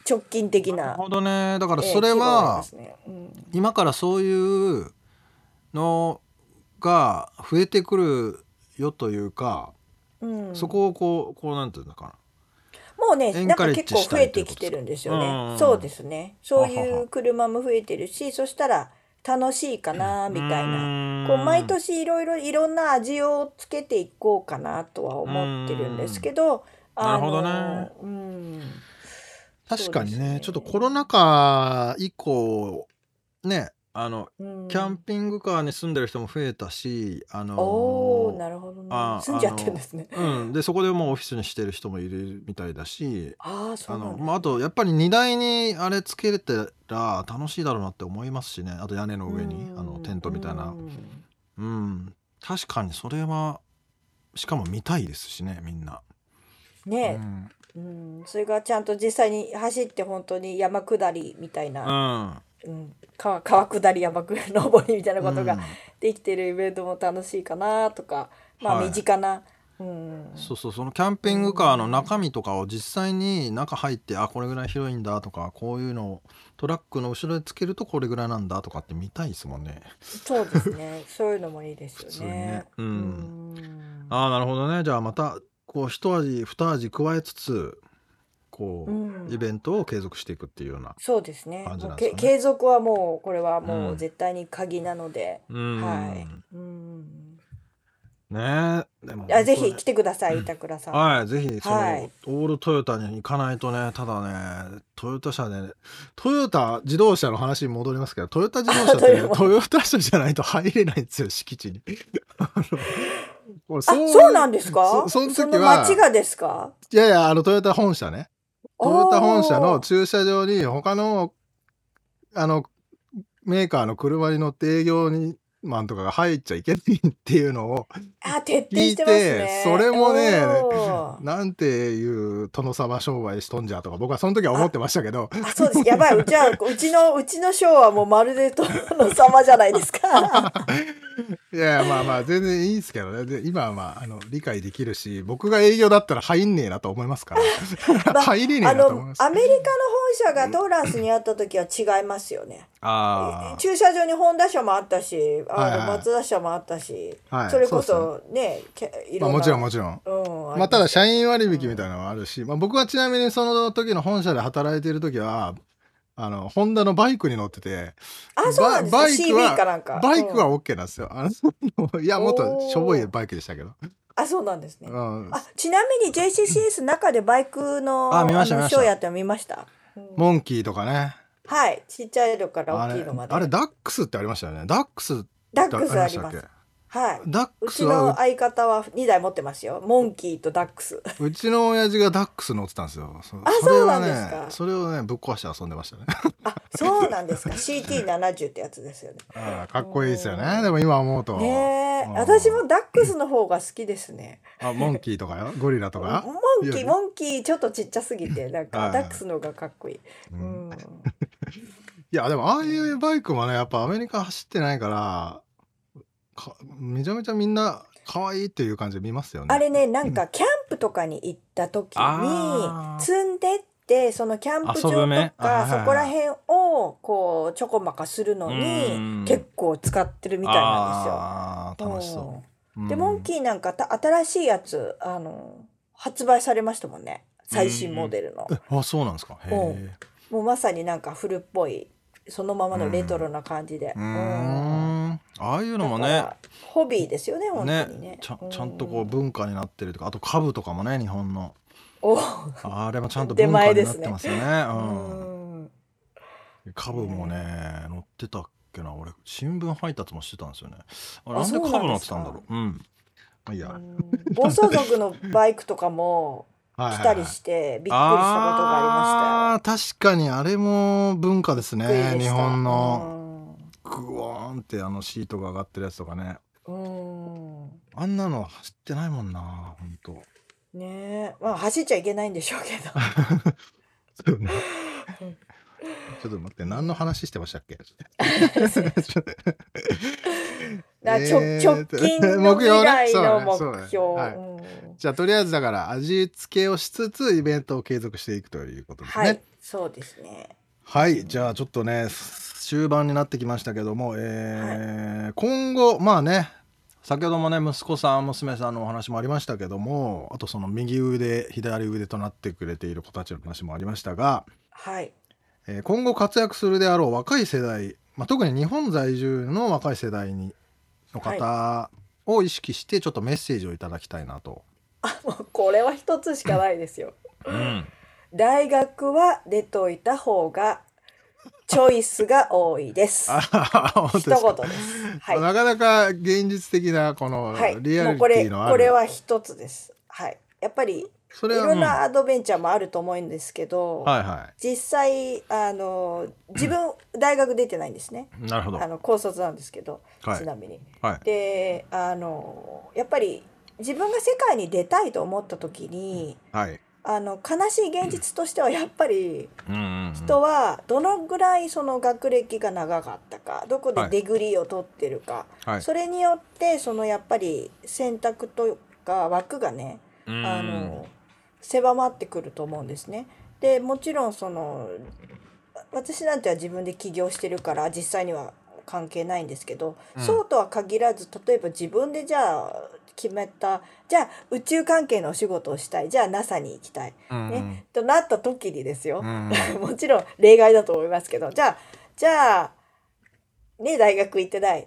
[SPEAKER 2] 直近的
[SPEAKER 3] な
[SPEAKER 2] な
[SPEAKER 3] るほどねだから
[SPEAKER 2] えー
[SPEAKER 3] それ
[SPEAKER 2] 規模があり
[SPEAKER 3] は
[SPEAKER 2] ますねうん
[SPEAKER 3] 今からそういうのが増えてくるよというか、
[SPEAKER 2] うん
[SPEAKER 3] そこをこうこうなんていうのか
[SPEAKER 2] もうね、
[SPEAKER 3] エン
[SPEAKER 2] なん
[SPEAKER 3] カ
[SPEAKER 2] か
[SPEAKER 3] レッ
[SPEAKER 2] 結
[SPEAKER 3] ジ
[SPEAKER 2] 構
[SPEAKER 3] した
[SPEAKER 2] 増
[SPEAKER 3] い
[SPEAKER 2] え
[SPEAKER 3] という
[SPEAKER 2] て
[SPEAKER 3] こ
[SPEAKER 2] きて
[SPEAKER 3] とですか
[SPEAKER 2] るんです
[SPEAKER 3] うんうん
[SPEAKER 2] よ
[SPEAKER 3] うん
[SPEAKER 2] ね。そうですね。そう
[SPEAKER 3] はは
[SPEAKER 2] い
[SPEAKER 3] は
[SPEAKER 2] う車も増えてるし、そしたら楽しいかな
[SPEAKER 3] な
[SPEAKER 2] みたいな。
[SPEAKER 3] な
[SPEAKER 2] こう毎年いろいろいろんな味をつけていこうかなとは思ってるんですけど、
[SPEAKER 3] うん
[SPEAKER 2] あの
[SPEAKER 3] なる
[SPEAKER 2] うん、
[SPEAKER 5] 確かに
[SPEAKER 2] そう
[SPEAKER 5] ね
[SPEAKER 2] ですね
[SPEAKER 5] ちょっとコロナ禍以降ね
[SPEAKER 3] あの
[SPEAKER 2] うん
[SPEAKER 3] キャンピングカーに住んでる人も増えたしあの
[SPEAKER 2] おお、なるほどね
[SPEAKER 3] あ。
[SPEAKER 2] 住んじゃってるんですね。
[SPEAKER 3] うん、でそこでもうオフィスにしてる人もいるみたいだし
[SPEAKER 2] ああ、そ
[SPEAKER 3] あ
[SPEAKER 2] うな
[SPEAKER 3] の
[SPEAKER 2] んだ。
[SPEAKER 3] まあ、あとやっぱり荷台にあれつけれてら楽しいだろうなって思いますしねあと屋根の上に
[SPEAKER 2] うん
[SPEAKER 3] あのテントみたい
[SPEAKER 2] う
[SPEAKER 3] な
[SPEAKER 2] ん
[SPEAKER 3] うん確かにそれはしかも見たいですしねみんな、
[SPEAKER 2] ね
[SPEAKER 5] う
[SPEAKER 2] え、
[SPEAKER 5] ん
[SPEAKER 2] うん、それがちゃんと実際に走って本当に山下りみたいうな、う
[SPEAKER 3] ん、
[SPEAKER 2] ん、川川下り山下り登りみたいなこと
[SPEAKER 3] う
[SPEAKER 2] が
[SPEAKER 3] ん
[SPEAKER 2] できてるイベントも楽しいかなとか、まあ
[SPEAKER 3] はい
[SPEAKER 2] 身近な、うん、
[SPEAKER 3] そうそうそのキャンピングカーの中身とかを実際に中入ってあこれぐらい広いんだとかこういうのをトラックの後ろでつけるとこれぐらいなんだとかって見たいですもんね。
[SPEAKER 2] そうですね、そういうのもいいです
[SPEAKER 3] 普
[SPEAKER 2] よ
[SPEAKER 3] 通にね
[SPEAKER 2] ね。
[SPEAKER 3] う、
[SPEAKER 2] うんん、
[SPEAKER 3] ああなるほどねじゃあまたこう一味二味加えつつこう、
[SPEAKER 2] うん
[SPEAKER 3] イベントを継続していくっていうような。
[SPEAKER 2] そうですね。
[SPEAKER 3] 感じな
[SPEAKER 2] も
[SPEAKER 3] ん
[SPEAKER 2] う
[SPEAKER 3] です
[SPEAKER 2] け
[SPEAKER 3] かね
[SPEAKER 2] 継続はもうこれはも
[SPEAKER 3] うん
[SPEAKER 2] う絶対に鍵なので、
[SPEAKER 3] うん
[SPEAKER 2] はい。うん
[SPEAKER 3] ねえでも
[SPEAKER 2] あぜひ来てください、板倉さん。
[SPEAKER 3] はいぜひその、
[SPEAKER 2] はい
[SPEAKER 3] オールトヨタに行かないとねただねトヨタ車で、
[SPEAKER 5] トヨタ自動車の話に戻りますけどトヨタ自動車ってねトヨタ車じゃないと入れないんですよ敷地 に。あのこれ
[SPEAKER 2] あ、そうなんですか
[SPEAKER 5] そその時は
[SPEAKER 2] 町がですか
[SPEAKER 5] いやいやあのトヨタ本社ねトヨタ本社の
[SPEAKER 2] おー
[SPEAKER 5] 駐車場に他のあのメーカーの車に乗って営業にマンとかが入っちゃいけないっていうのを
[SPEAKER 2] あ、徹底してます
[SPEAKER 5] 聞い
[SPEAKER 2] ね
[SPEAKER 5] て。それもね
[SPEAKER 2] おー
[SPEAKER 5] なんていう殿様商売しとんじゃとか僕はその時は思ってましたけ ど
[SPEAKER 2] あ、そうです。やばい。じゃあ、うちの、うちのショーはもうまるで殿様じゃないで すか。
[SPEAKER 5] いやいやまあまあ全然いいですけどねで今はまああの理解できるし僕が営業だったら入んねえなと思いますから
[SPEAKER 2] まあ
[SPEAKER 5] 入れねえ
[SPEAKER 2] あ
[SPEAKER 5] なと思い
[SPEAKER 2] の
[SPEAKER 5] ま、す
[SPEAKER 2] アメリカの本社がトーランスにあった時は違いますよね。
[SPEAKER 3] あ
[SPEAKER 2] 駐車場にホンダ車もあったし、
[SPEAKER 5] はい
[SPEAKER 2] あ
[SPEAKER 5] は
[SPEAKER 2] の、
[SPEAKER 5] い
[SPEAKER 2] 松田車もあったし、
[SPEAKER 5] はい
[SPEAKER 2] それこ
[SPEAKER 5] そう
[SPEAKER 2] そね、けい
[SPEAKER 5] ま
[SPEAKER 2] ろ
[SPEAKER 5] あ
[SPEAKER 2] んな。
[SPEAKER 5] もちろんもちろん
[SPEAKER 2] うん。
[SPEAKER 5] まあ、ただ社
[SPEAKER 2] 員。
[SPEAKER 5] 員割引みたいなのもあるし、まあ、僕はちなみにその時の本社で働いている時は
[SPEAKER 3] あの、ホンダのバイクに乗ってて、
[SPEAKER 2] あ、そうなんですか。
[SPEAKER 3] バイクは
[SPEAKER 2] CB かなんか。
[SPEAKER 3] バイク
[SPEAKER 2] う
[SPEAKER 3] は
[SPEAKER 2] ん
[SPEAKER 3] OK なんですよ。あの いや、もっとしょぼいバイクでしたけど。
[SPEAKER 2] あ、そうなんですね。
[SPEAKER 3] うん、
[SPEAKER 2] あ、ちなみに JCCS 中でバイクの、
[SPEAKER 6] あ見ました見
[SPEAKER 2] の
[SPEAKER 6] まし
[SPEAKER 2] シ
[SPEAKER 6] た
[SPEAKER 2] ョーやって見ました。うん
[SPEAKER 3] モンキーとかね。
[SPEAKER 2] はい、ちっちゃいのから
[SPEAKER 3] あ
[SPEAKER 2] 大きい
[SPEAKER 3] れ
[SPEAKER 2] のま、で。
[SPEAKER 3] あれダックスってありましたよね。ダックスって
[SPEAKER 2] ダ
[SPEAKER 3] あ
[SPEAKER 2] ックスあり
[SPEAKER 3] りま
[SPEAKER 2] ま
[SPEAKER 3] したっ
[SPEAKER 2] す
[SPEAKER 3] け。
[SPEAKER 2] はい。
[SPEAKER 3] ダッ
[SPEAKER 2] う
[SPEAKER 3] ク
[SPEAKER 2] ち
[SPEAKER 3] ス
[SPEAKER 2] の
[SPEAKER 3] は
[SPEAKER 2] 相方は2台持ってますよ。モンキーとダックス。
[SPEAKER 3] う、うちの親父がダックス乗ってたんですよ。そ
[SPEAKER 2] あ
[SPEAKER 3] れは
[SPEAKER 2] そうなん
[SPEAKER 3] ね
[SPEAKER 2] ですか
[SPEAKER 3] それをね、ぶっ壊して遊んでましたね。
[SPEAKER 2] あ、そうなんですか。CT70 ってやつですよね。
[SPEAKER 3] あーかっこいいですよね。でも今思うと。
[SPEAKER 2] ねえ
[SPEAKER 3] うん
[SPEAKER 2] 私もダックスの方が好きですね。
[SPEAKER 3] あ、モンキーとかよ。ゴリラとか。
[SPEAKER 2] モンキ
[SPEAKER 3] い
[SPEAKER 2] ー、
[SPEAKER 3] や
[SPEAKER 2] モンキー、ちょっとちっちゃすぎて、なん
[SPEAKER 3] は
[SPEAKER 2] か、
[SPEAKER 3] い
[SPEAKER 2] ダックスの方がかっこいい。
[SPEAKER 3] う
[SPEAKER 2] うんん。
[SPEAKER 3] いや、でもああいうバイクもね、やっぱアメリカ走ってないから、かめちゃめちゃみんな可愛いっていう感じで見ますよね。
[SPEAKER 2] あれね、なんか、キャンプとかに行った時
[SPEAKER 6] あー
[SPEAKER 2] に、積んでって、そのキャンプ場
[SPEAKER 6] 遊ぶ
[SPEAKER 2] と
[SPEAKER 6] ねあはい
[SPEAKER 2] か、
[SPEAKER 6] はい
[SPEAKER 2] そこら辺を、こう、ちょこまかするの
[SPEAKER 6] う
[SPEAKER 2] に
[SPEAKER 6] ん、
[SPEAKER 2] 結構使ってるみたいなん
[SPEAKER 3] あ
[SPEAKER 2] です
[SPEAKER 3] ー
[SPEAKER 2] よ。
[SPEAKER 3] 楽しそう。
[SPEAKER 2] うんで、モンキーなんか、た新しいやつ、あの、発売されましたもんね。最新モデルの。
[SPEAKER 3] ー。あ、そうなんですか。へ
[SPEAKER 2] う
[SPEAKER 3] え
[SPEAKER 2] ん。もうまさになんか古っぽいそのままのレトロな感じで、
[SPEAKER 3] うー
[SPEAKER 2] うん
[SPEAKER 3] ん。ああいうのも
[SPEAKER 2] だ
[SPEAKER 3] ね
[SPEAKER 2] か、らホビーですよね本当にね
[SPEAKER 3] ね、ちゃんちゃんと
[SPEAKER 2] う
[SPEAKER 3] こうん文化になってるとか、あと株とかもね、日本の。
[SPEAKER 2] お
[SPEAKER 3] あれもちゃんと
[SPEAKER 2] 出
[SPEAKER 3] 文化
[SPEAKER 2] 前
[SPEAKER 3] に
[SPEAKER 2] で
[SPEAKER 3] なっ
[SPEAKER 2] すね
[SPEAKER 3] てますよね。
[SPEAKER 2] うん
[SPEAKER 3] うん。株もね、乗ってたっけな、俺、新聞配達もしてたんですよね。あれ
[SPEAKER 2] あ
[SPEAKER 3] なん
[SPEAKER 2] そ
[SPEAKER 3] で
[SPEAKER 2] う
[SPEAKER 3] 株
[SPEAKER 2] なん
[SPEAKER 3] 乗
[SPEAKER 2] で
[SPEAKER 3] っ
[SPEAKER 2] すか
[SPEAKER 3] てたんだろう。うん。まあいいや。はい
[SPEAKER 2] 暴走族のバイクとかも
[SPEAKER 3] はいはい
[SPEAKER 2] 来たりしてびっくりしたことがありま
[SPEAKER 3] あー確かにあれも文化です
[SPEAKER 2] したよびっく
[SPEAKER 3] ね
[SPEAKER 2] りで
[SPEAKER 3] 日
[SPEAKER 2] した
[SPEAKER 3] 本のグワーンってあのシートが上がってるやつとかね
[SPEAKER 2] うんうん
[SPEAKER 3] あんなの走ってないもんな本当
[SPEAKER 2] ねえまあ走っちゃいけないんでしょうけ ど
[SPEAKER 3] そうね。ちょっと待って、何の話してましたっけ。
[SPEAKER 2] なちょ
[SPEAKER 3] えー
[SPEAKER 2] 直近の未来の目
[SPEAKER 3] そ
[SPEAKER 2] 標
[SPEAKER 3] うねそうねはいじゃあとりあえずだから味付けをしつつイベントを継続していくということ
[SPEAKER 2] うん
[SPEAKER 3] です
[SPEAKER 2] は
[SPEAKER 3] ね。
[SPEAKER 2] いそうですね
[SPEAKER 3] はい、じゃあちょっとね終盤になってきましたけども、えー今後まあね先ほどもね息子さん娘さんのお話もありましたけどもあとその右腕左腕となってくれている子たちの話もありましたが、
[SPEAKER 2] はい
[SPEAKER 3] えー今後活躍するであろう若い世代、まあ、特に日本在住の若い世代にの方を意識してちょっとメッセージをいただきたいなと。
[SPEAKER 2] もうこれは一つしかないですよ
[SPEAKER 6] うん、
[SPEAKER 2] 大学は出といた方がチョイスが多いです。
[SPEAKER 3] あ
[SPEAKER 2] 一言です。はい。
[SPEAKER 3] なかなか現実的なこの
[SPEAKER 2] はい。
[SPEAKER 3] リア
[SPEAKER 2] もう
[SPEAKER 3] リ
[SPEAKER 2] こ
[SPEAKER 3] テ
[SPEAKER 2] れ
[SPEAKER 3] ィのある、
[SPEAKER 2] これは一つです。はい。やっぱりい
[SPEAKER 3] それは
[SPEAKER 2] ろん
[SPEAKER 3] うん
[SPEAKER 2] なアドベンチャーもあると思うんですけど、
[SPEAKER 3] はいは
[SPEAKER 2] 実際あの自分大学出てないんですね。
[SPEAKER 6] なるほど
[SPEAKER 2] あの高卒なんですけど、
[SPEAKER 3] はい
[SPEAKER 2] ちなみに。
[SPEAKER 3] はい
[SPEAKER 2] で、あのやっぱり自分が世界に出たいと思った時に、
[SPEAKER 3] いはい。
[SPEAKER 2] あの悲しい現実としてはやっぱり。
[SPEAKER 6] うんうんうん
[SPEAKER 2] 人はどのぐらいその学歴が長かったかどこで
[SPEAKER 3] はい
[SPEAKER 2] デグリーを取ってるか、
[SPEAKER 3] はい
[SPEAKER 2] それによってそのやっぱり選択とか枠がね、
[SPEAKER 6] うん
[SPEAKER 2] あの狭まってくると思うんですね。でもちろんその私なんては自分で起業してるから実際には関係ないんですけど、
[SPEAKER 3] うん
[SPEAKER 2] そうとは限らず例えば自分でじゃあ決めたじゃあ宇宙関係のお仕事をしたいじゃあ NASA に行きたい、
[SPEAKER 3] うん
[SPEAKER 2] ね、となった時にですよ、
[SPEAKER 3] うん
[SPEAKER 2] もちろん例外だと思いますけど、じゃあ、じゃあ、ね、大学行ってない。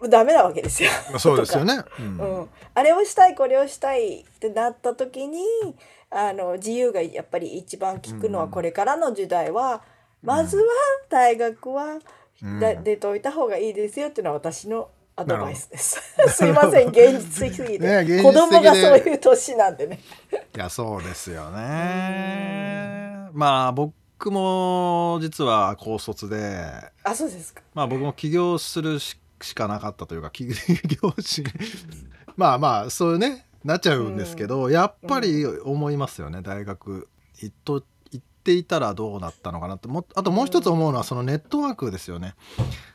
[SPEAKER 2] もうダメなわけですよ。
[SPEAKER 3] まあそうですよね。うん
[SPEAKER 2] うん。あれをしたい、これをしたいってなった時に、あの、自由がやっぱり一番効くのは、
[SPEAKER 3] うん
[SPEAKER 2] これからの時代は、まずは大学は、
[SPEAKER 3] うん
[SPEAKER 2] だ出ておいた方がいいですよっていうのは私のアドバイスです。 すいません、現実的すぎて。
[SPEAKER 3] ね現実的で
[SPEAKER 2] 子供がそういう年なんでね。
[SPEAKER 3] いやそうですよ
[SPEAKER 6] え
[SPEAKER 3] ね。
[SPEAKER 6] ーまあ僕も実は高卒で、
[SPEAKER 2] あ、そうですか。
[SPEAKER 6] まあ、僕も起業するししかなかったという か起業し
[SPEAKER 3] まあまあそうねなっちゃうんですけど、やっぱり思いますよね大学行っと行っていたらどうだったのかなってもあともう一つ思うのはそのネットワークですよね、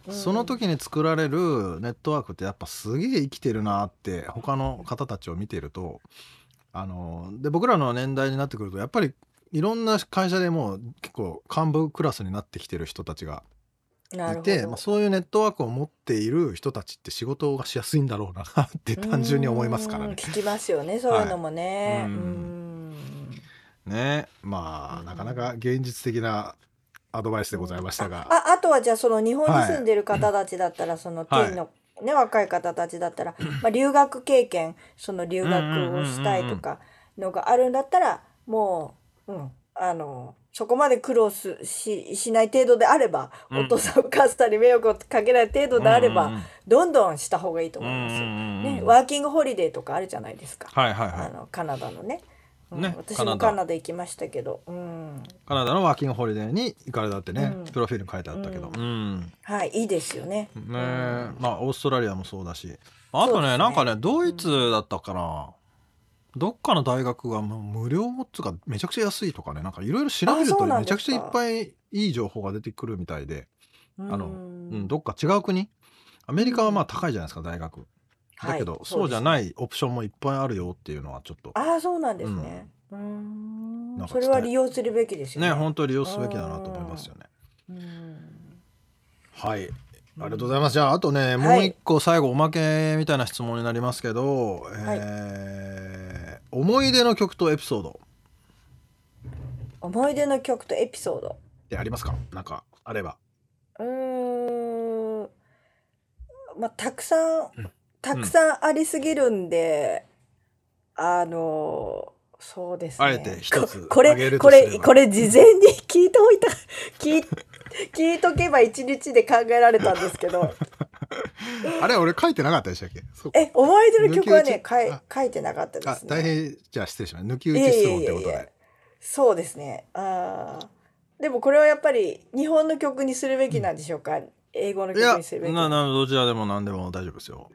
[SPEAKER 2] うん
[SPEAKER 3] その時に作られるネットワークってやっぱすげえ生きてるなって他の方たちを見てるとあので僕らの年代になってくるとやっぱりいろんな会社でもう結構幹部クラスになってきてる人たちが
[SPEAKER 2] ないるほ
[SPEAKER 3] て、
[SPEAKER 2] ど
[SPEAKER 3] まあ、そういうネットワークを持っている人たちって仕事がしやすいんだろうなって単純に思いますから
[SPEAKER 2] うん
[SPEAKER 3] ね。
[SPEAKER 2] 聞きますよね、そういうのもね。
[SPEAKER 6] はい
[SPEAKER 2] うん
[SPEAKER 6] うん
[SPEAKER 3] ねまあなかなか現実的な
[SPEAKER 5] アドバイスでございましたが、
[SPEAKER 2] ああとはじゃあその日本に住んでる方たちだったら、そのティーンの、ね、若い方たちだった ら、まあ、留学経験その留学をしたいとかのがあるんだったらもう、うん、あのそこまで苦労すししない程度であれば、
[SPEAKER 3] うん
[SPEAKER 2] お父さんお母さんに迷惑をかけない程度であれば、
[SPEAKER 3] うんうんうん
[SPEAKER 2] どんどんした方がいいと思いますよ。
[SPEAKER 3] うんうんうん
[SPEAKER 2] ね、ワーキングホリデーとかあるじゃないですか、
[SPEAKER 3] はいはいは
[SPEAKER 2] あ
[SPEAKER 3] い。
[SPEAKER 2] のカナダのね。うん
[SPEAKER 3] ね
[SPEAKER 2] 私
[SPEAKER 3] カナ
[SPEAKER 2] も
[SPEAKER 3] ダ
[SPEAKER 2] カナダ行きましたけど、うん、
[SPEAKER 3] カナダのワーキングホリデーに行かれたってね、
[SPEAKER 2] うん
[SPEAKER 3] プロフィールに書いてあったけど。
[SPEAKER 2] う
[SPEAKER 3] うん
[SPEAKER 2] はい、いいですよね。
[SPEAKER 3] ねえまあオーストラリアもそうだしあと
[SPEAKER 2] そうです
[SPEAKER 3] ね
[SPEAKER 2] ね
[SPEAKER 3] なんかねドイツだったかな、どっかの大学がもう無料っつうかめちゃくちゃ安いとかねなんかいろいろ調べる
[SPEAKER 2] あそ
[SPEAKER 3] と
[SPEAKER 2] うなん
[SPEAKER 3] め
[SPEAKER 2] で
[SPEAKER 3] ち
[SPEAKER 2] す
[SPEAKER 3] ゃ
[SPEAKER 2] か
[SPEAKER 3] くちゃいっぱいいい情報が出てくるみたいで、
[SPEAKER 2] うん
[SPEAKER 3] あのうん、どっか違う国アメリカはまあ高いじゃないですか大学だけど、
[SPEAKER 2] はい
[SPEAKER 3] そうじゃ
[SPEAKER 2] い。
[SPEAKER 3] ないオプションもいっぱいあるよっていうのはちょっと
[SPEAKER 2] ああ、そうなんですね。うーん
[SPEAKER 3] なんか
[SPEAKER 2] それは利用するべきですよね。
[SPEAKER 3] ね本当に利用すべきだなと思いますよね。
[SPEAKER 2] うん
[SPEAKER 5] はいありがとうございますじゃああとねも
[SPEAKER 2] は
[SPEAKER 5] う
[SPEAKER 2] い
[SPEAKER 5] 一個最後おまけみたいな質問になりますけど、
[SPEAKER 2] い
[SPEAKER 5] えー思い出の曲とエピソード
[SPEAKER 2] 思い出の曲とエピソード。
[SPEAKER 5] ってありますかなんかあれば
[SPEAKER 2] うーん。まあ、たくさん、たくさんありすぎるんで、あの、そうですね。
[SPEAKER 3] あえて一つ
[SPEAKER 2] ここ
[SPEAKER 3] 挙げ
[SPEAKER 2] れ、
[SPEAKER 3] る
[SPEAKER 2] こと
[SPEAKER 3] すれば
[SPEAKER 2] れ、これ、事前に聞いておいた、 聞い、聞いとけば一日で考えられたんですけ ど、
[SPEAKER 5] あれ俺書いてなかったでしたっけそう
[SPEAKER 2] え、思い出の曲はね、
[SPEAKER 5] 抜き打
[SPEAKER 2] か
[SPEAKER 5] ち
[SPEAKER 2] い
[SPEAKER 5] あ
[SPEAKER 2] 書いてなかったで
[SPEAKER 5] あ
[SPEAKER 2] すね。
[SPEAKER 5] 大変じゃあ失礼しました抜き打
[SPEAKER 2] い
[SPEAKER 5] ち
[SPEAKER 2] えい
[SPEAKER 5] 質
[SPEAKER 2] え
[SPEAKER 5] 問っ
[SPEAKER 2] い
[SPEAKER 5] て
[SPEAKER 2] え
[SPEAKER 5] こ
[SPEAKER 2] い
[SPEAKER 5] とで
[SPEAKER 2] えそうですねあーでもこれはやっぱり日本の曲にするべきなんでしょうか、英語の
[SPEAKER 3] いや
[SPEAKER 2] 曲にするべき
[SPEAKER 3] ななどちらでも何でも大丈夫ですよ。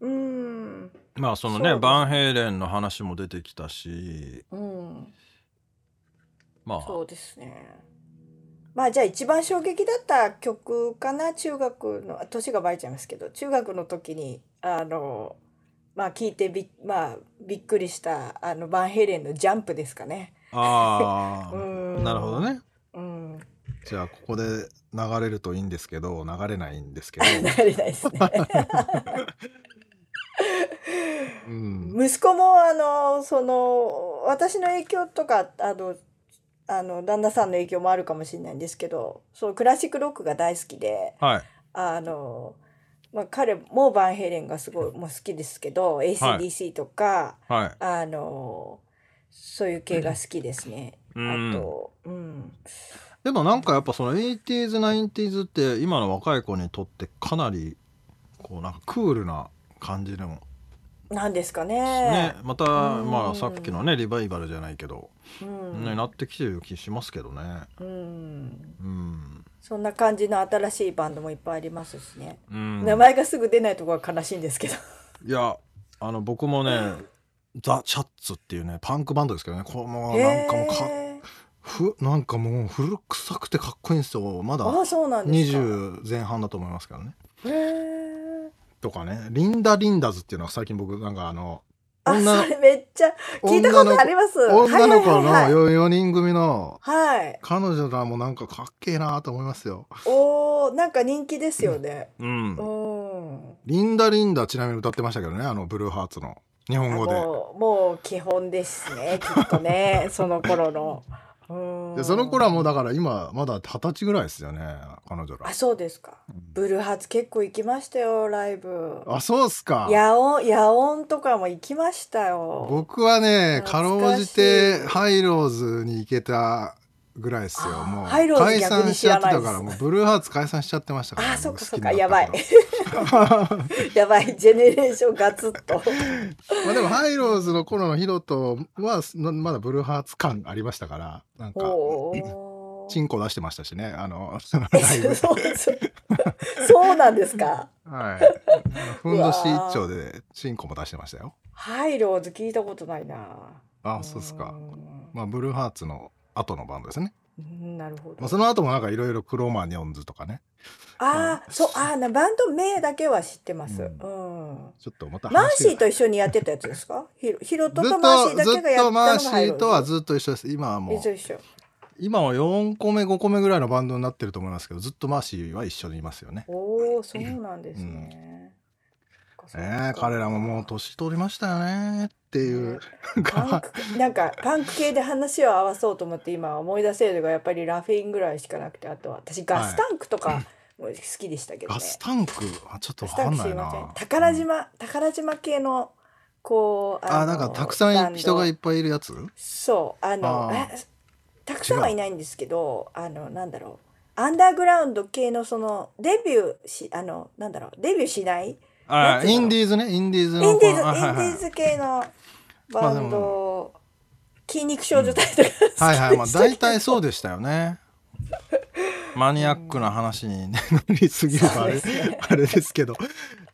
[SPEAKER 2] うーん
[SPEAKER 3] まあその
[SPEAKER 2] そう
[SPEAKER 3] ね
[SPEAKER 2] です
[SPEAKER 3] バンヘイレンの話も出てきたし
[SPEAKER 2] うん
[SPEAKER 3] まあ
[SPEAKER 2] そうですねまあじゃあ一番衝撃だった曲かな中学の年がバレちゃいますけど中学の時にあのまあ聞いてび,、まあ、びっくりしたあのバンヘイレンの「ジャンプ」ですかね。
[SPEAKER 3] あ
[SPEAKER 2] う
[SPEAKER 3] あ
[SPEAKER 2] ん
[SPEAKER 3] なるほどね。
[SPEAKER 2] うん
[SPEAKER 5] じゃあここで流れるといいんですけど流れないん ですけど、
[SPEAKER 2] 流れないですね。
[SPEAKER 5] うん、
[SPEAKER 2] 息子もあのその私の影響とかあのあの旦那さんの影響もあるかもしれないんですけどそうクラシックロックが大好きで
[SPEAKER 3] はい。
[SPEAKER 2] あの、まあ、彼もバンヘイレンがすごいもう好きですけど ACDC とか、
[SPEAKER 3] はい。
[SPEAKER 2] あのそういう系が好きですね。
[SPEAKER 3] うん
[SPEAKER 2] あと、うん、
[SPEAKER 3] でもなんかやっぱその 80s、90s って今の若い子にとってかなりこうなんかクールな感じでも
[SPEAKER 2] なんですかね。
[SPEAKER 3] ね、また
[SPEAKER 2] うん
[SPEAKER 3] まあさっきのねリバイバルじゃないけど、
[SPEAKER 2] うん
[SPEAKER 3] ね、なってきてる気しますけどね。
[SPEAKER 2] うん、
[SPEAKER 3] うん。
[SPEAKER 2] そんな感じの新しいバンドもいっぱいありますしね。
[SPEAKER 3] うん、
[SPEAKER 2] 名前がすぐ出ないところは悲しいんですけど。
[SPEAKER 3] いやあの僕もねザ・チャッツっていうねパンクバンドですけどねこうもうなんかもうかっ
[SPEAKER 2] へー
[SPEAKER 5] ふなんかもう古臭くてかっこいいんですよまだ
[SPEAKER 2] あそうなんですか。
[SPEAKER 5] 20前半だと思いますけどね
[SPEAKER 2] へー
[SPEAKER 5] とかねリンダ・リンダズっていうのは最近僕なんかあの
[SPEAKER 2] あ
[SPEAKER 5] 女
[SPEAKER 2] それめっちゃ聞いたことあります。
[SPEAKER 5] 女の子の
[SPEAKER 2] はいはいはいはい。
[SPEAKER 5] 4人組の
[SPEAKER 2] はい、
[SPEAKER 5] 彼女らもなんかかっけえなと思いますよ
[SPEAKER 2] おおなんか人気ですよね。
[SPEAKER 3] うん
[SPEAKER 2] う、ん。
[SPEAKER 5] リンダ・リンダちなみに歌ってましたけどねあのブルーハーツの日
[SPEAKER 2] あ
[SPEAKER 5] 本語で
[SPEAKER 2] もうもう基本です ねきっとねその頃の。うん。
[SPEAKER 5] でその頃はもうだから今まだ二十歳ぐらいですよね彼女ら
[SPEAKER 2] あそうですか。ブルーハーツ結構行きましたよライブ。
[SPEAKER 5] あそうっすか
[SPEAKER 2] 野音野音とかも行きましたよ。
[SPEAKER 5] 僕はねかろ
[SPEAKER 2] 懐
[SPEAKER 5] う
[SPEAKER 2] かしい
[SPEAKER 5] じてハイローズに行けたぐらいですよ
[SPEAKER 2] あー
[SPEAKER 5] もう
[SPEAKER 2] ハイローズ
[SPEAKER 5] 解散しちゃってた
[SPEAKER 2] 逆に知
[SPEAKER 5] から
[SPEAKER 2] ない
[SPEAKER 5] ら
[SPEAKER 2] で
[SPEAKER 5] もうブルーハーツ解散しちゃってましたから
[SPEAKER 2] あ
[SPEAKER 5] も
[SPEAKER 2] そっ
[SPEAKER 5] う
[SPEAKER 2] か
[SPEAKER 5] 好
[SPEAKER 2] そっ
[SPEAKER 5] き
[SPEAKER 2] か
[SPEAKER 5] な
[SPEAKER 2] やばい
[SPEAKER 5] 方々
[SPEAKER 2] やばいジェネレーションガツッと。
[SPEAKER 5] まあでもハイローズの頃のヒロトはなまだブルーハーツ感ありましたからなんか
[SPEAKER 2] おお。
[SPEAKER 5] チンコ出してましたしねあの
[SPEAKER 2] え
[SPEAKER 5] ライブ
[SPEAKER 2] そうそう そうなんですか。
[SPEAKER 5] はいふんどし一丁でチンコも出してましたよ
[SPEAKER 2] ハイローズ聞いたことないな。
[SPEAKER 5] あそうっすか
[SPEAKER 2] ん
[SPEAKER 5] まあブルーハーツの後のバンドですね、
[SPEAKER 2] うんなるほ
[SPEAKER 5] ま
[SPEAKER 2] ど。
[SPEAKER 5] あ、その後もなんかいろいろクロマニョンズとかね
[SPEAKER 2] ああ、そう、ああ、な、バンド名だけは知ってます。
[SPEAKER 5] う
[SPEAKER 2] うん。
[SPEAKER 5] ちょっとまた話が
[SPEAKER 2] マーシーと一緒にやってたやつですか。ヒロ、ヒロト
[SPEAKER 5] ずっ
[SPEAKER 2] とマーシーだ
[SPEAKER 5] と、ず
[SPEAKER 2] けが
[SPEAKER 5] っ
[SPEAKER 2] やっ
[SPEAKER 5] と
[SPEAKER 2] て
[SPEAKER 5] マ
[SPEAKER 2] た
[SPEAKER 5] ー
[SPEAKER 2] の
[SPEAKER 5] シ
[SPEAKER 2] がハイロ
[SPEAKER 5] ー
[SPEAKER 2] ー
[SPEAKER 5] とは
[SPEAKER 2] ズ。
[SPEAKER 5] ずっと一緒です。今はも
[SPEAKER 2] 一緒
[SPEAKER 5] う、
[SPEAKER 2] 一緒。
[SPEAKER 5] 今は4個目、5個目ぐらいのバンドになってると思いますけど、ずっとマーシーは一緒にいますよね。
[SPEAKER 2] おお、そうなんですね。
[SPEAKER 3] ね彼らももう年取りましたよねっていう
[SPEAKER 2] パンクなんかパンク系で話を合わそうと思って今思い出せるのがやっぱりラフィンぐらいしかなくてあとは私ガスタンクとかも好きでしたけどね、
[SPEAKER 3] ガスタンクあちょっと
[SPEAKER 2] ガスタ
[SPEAKER 3] わか
[SPEAKER 2] ン
[SPEAKER 3] ん
[SPEAKER 2] ク
[SPEAKER 3] な
[SPEAKER 2] すい
[SPEAKER 3] い
[SPEAKER 2] ません
[SPEAKER 3] な
[SPEAKER 2] 宝島宝島系のこう
[SPEAKER 3] あ
[SPEAKER 2] の
[SPEAKER 3] なんかたくさん人がいっぱいいるやつ
[SPEAKER 2] そうあの
[SPEAKER 3] あー
[SPEAKER 2] えたくさんはいないんですけどあのなんだろうアンダーグラウンド系のそのデビューしあのなんだろうデビューしないイン
[SPEAKER 7] あ
[SPEAKER 2] なんつうの
[SPEAKER 3] インディーズねインディー
[SPEAKER 2] デ
[SPEAKER 3] ズ
[SPEAKER 2] ィー
[SPEAKER 3] の
[SPEAKER 2] ズインデ
[SPEAKER 3] あはいはい
[SPEAKER 2] ィーズ系の
[SPEAKER 3] まあ
[SPEAKER 2] バ
[SPEAKER 3] でも
[SPEAKER 2] ンド筋肉少女隊とか
[SPEAKER 3] はいはいまあ大体そうでしたよね マニアックな話にねなりすぎるあれあれですけど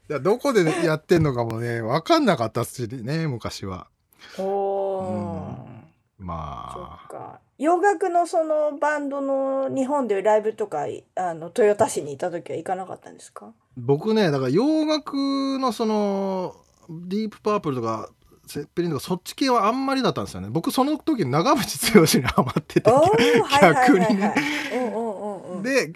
[SPEAKER 3] いやどこでやってんのかもね分かんなかったっすしね昔は
[SPEAKER 2] お おーそ
[SPEAKER 3] ま
[SPEAKER 2] っ
[SPEAKER 3] あ
[SPEAKER 2] か洋楽のそのバンドの日本でライブとかあの豊田市にいた時は行かなかったんですか
[SPEAKER 3] 僕ねだから洋楽のそのディープパープルとかセッペリンとかそっち系はあんまりだったんですよね僕その時長渕剛にハマってて
[SPEAKER 2] おーはいはい
[SPEAKER 3] 逆
[SPEAKER 2] はい
[SPEAKER 3] に
[SPEAKER 2] は
[SPEAKER 3] ね
[SPEAKER 2] いうんうんうんうん
[SPEAKER 3] で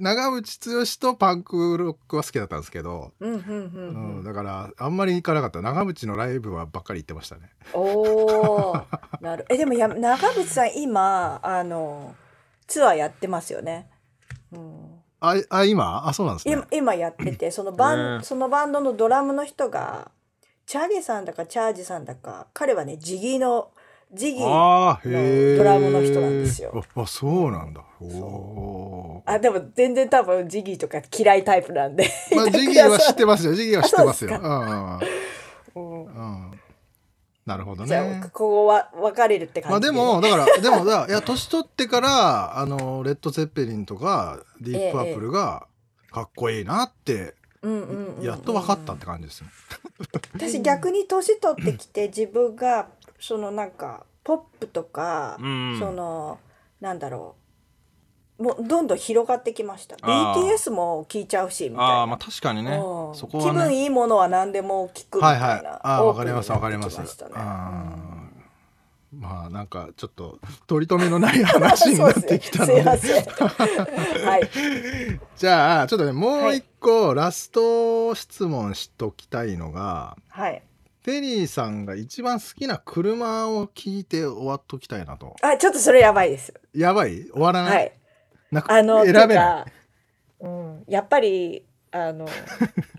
[SPEAKER 3] 長渕剛とパンクロックは好きだったんですけど、
[SPEAKER 2] うんうんうん
[SPEAKER 3] う
[SPEAKER 2] うん
[SPEAKER 3] ん、だからあんまり行かなかった長渕のライブはばっかり行ってましたね
[SPEAKER 2] おお、なる。え、でもや、長渕さん、今、あの、ツアーやってますよね。うん、
[SPEAKER 3] ああ今あそうなんですね
[SPEAKER 2] 今、今やってて、そのバン、
[SPEAKER 7] ね
[SPEAKER 2] そのバンドのドラムの人が。チャゲさんだか、チャージさんだか、彼はね、ジギーの、ジギー。
[SPEAKER 3] ああへえ
[SPEAKER 2] ドラムの人なんですよ
[SPEAKER 3] ああそうなんだおおー
[SPEAKER 2] あ、でも、全然多分、ジギーとか嫌いタイプなんで。
[SPEAKER 3] まあジギーは知ってますよジギーは知ってますよ
[SPEAKER 2] あ
[SPEAKER 3] うんうんうんなるほど
[SPEAKER 2] じゃ
[SPEAKER 3] ね
[SPEAKER 2] あ、ここは、別れるって感じ。
[SPEAKER 3] まあでも、だからでもだからいや年取ってからあのレッド・ゼッペリンとかディープ・アップルがかっこいいなって
[SPEAKER 2] うんうんうんうん、
[SPEAKER 3] やっと分かったって感じですね。
[SPEAKER 2] 私逆に年取ってきて自分がそのなんかポップとか、
[SPEAKER 7] うん
[SPEAKER 2] そのなんだろうもうどんどん広がってきました
[SPEAKER 7] あー
[SPEAKER 2] BTS も聴いちゃうしみたい
[SPEAKER 7] あ
[SPEAKER 2] な、
[SPEAKER 7] あまあ確かにね
[SPEAKER 2] うん
[SPEAKER 7] そこは
[SPEAKER 2] 気分
[SPEAKER 7] ね
[SPEAKER 2] いいものは何でも聞くみ
[SPEAKER 3] は
[SPEAKER 2] たい
[SPEAKER 3] い
[SPEAKER 2] な、
[SPEAKER 3] はい。あー
[SPEAKER 2] オ
[SPEAKER 3] わ
[SPEAKER 2] ープ
[SPEAKER 3] か
[SPEAKER 2] ン
[SPEAKER 3] り
[SPEAKER 2] にな
[SPEAKER 3] ま
[SPEAKER 2] っ
[SPEAKER 3] す
[SPEAKER 2] て
[SPEAKER 3] わかります。
[SPEAKER 2] きしたね
[SPEAKER 3] あーまあなんかちょっと取り留めのない話になってきたの で
[SPEAKER 2] そうですねすいません はい
[SPEAKER 3] じゃあちょっとねもう一個、ラスト質問しときたいのが
[SPEAKER 2] はい
[SPEAKER 3] テリーさんが一番好きな車を聞いて終わっときたいなと
[SPEAKER 2] あちょっとそれやばいです
[SPEAKER 3] やばい終わらない、
[SPEAKER 2] はい
[SPEAKER 3] なんか
[SPEAKER 2] あの
[SPEAKER 3] 選べない
[SPEAKER 2] てかうん、やっぱりあの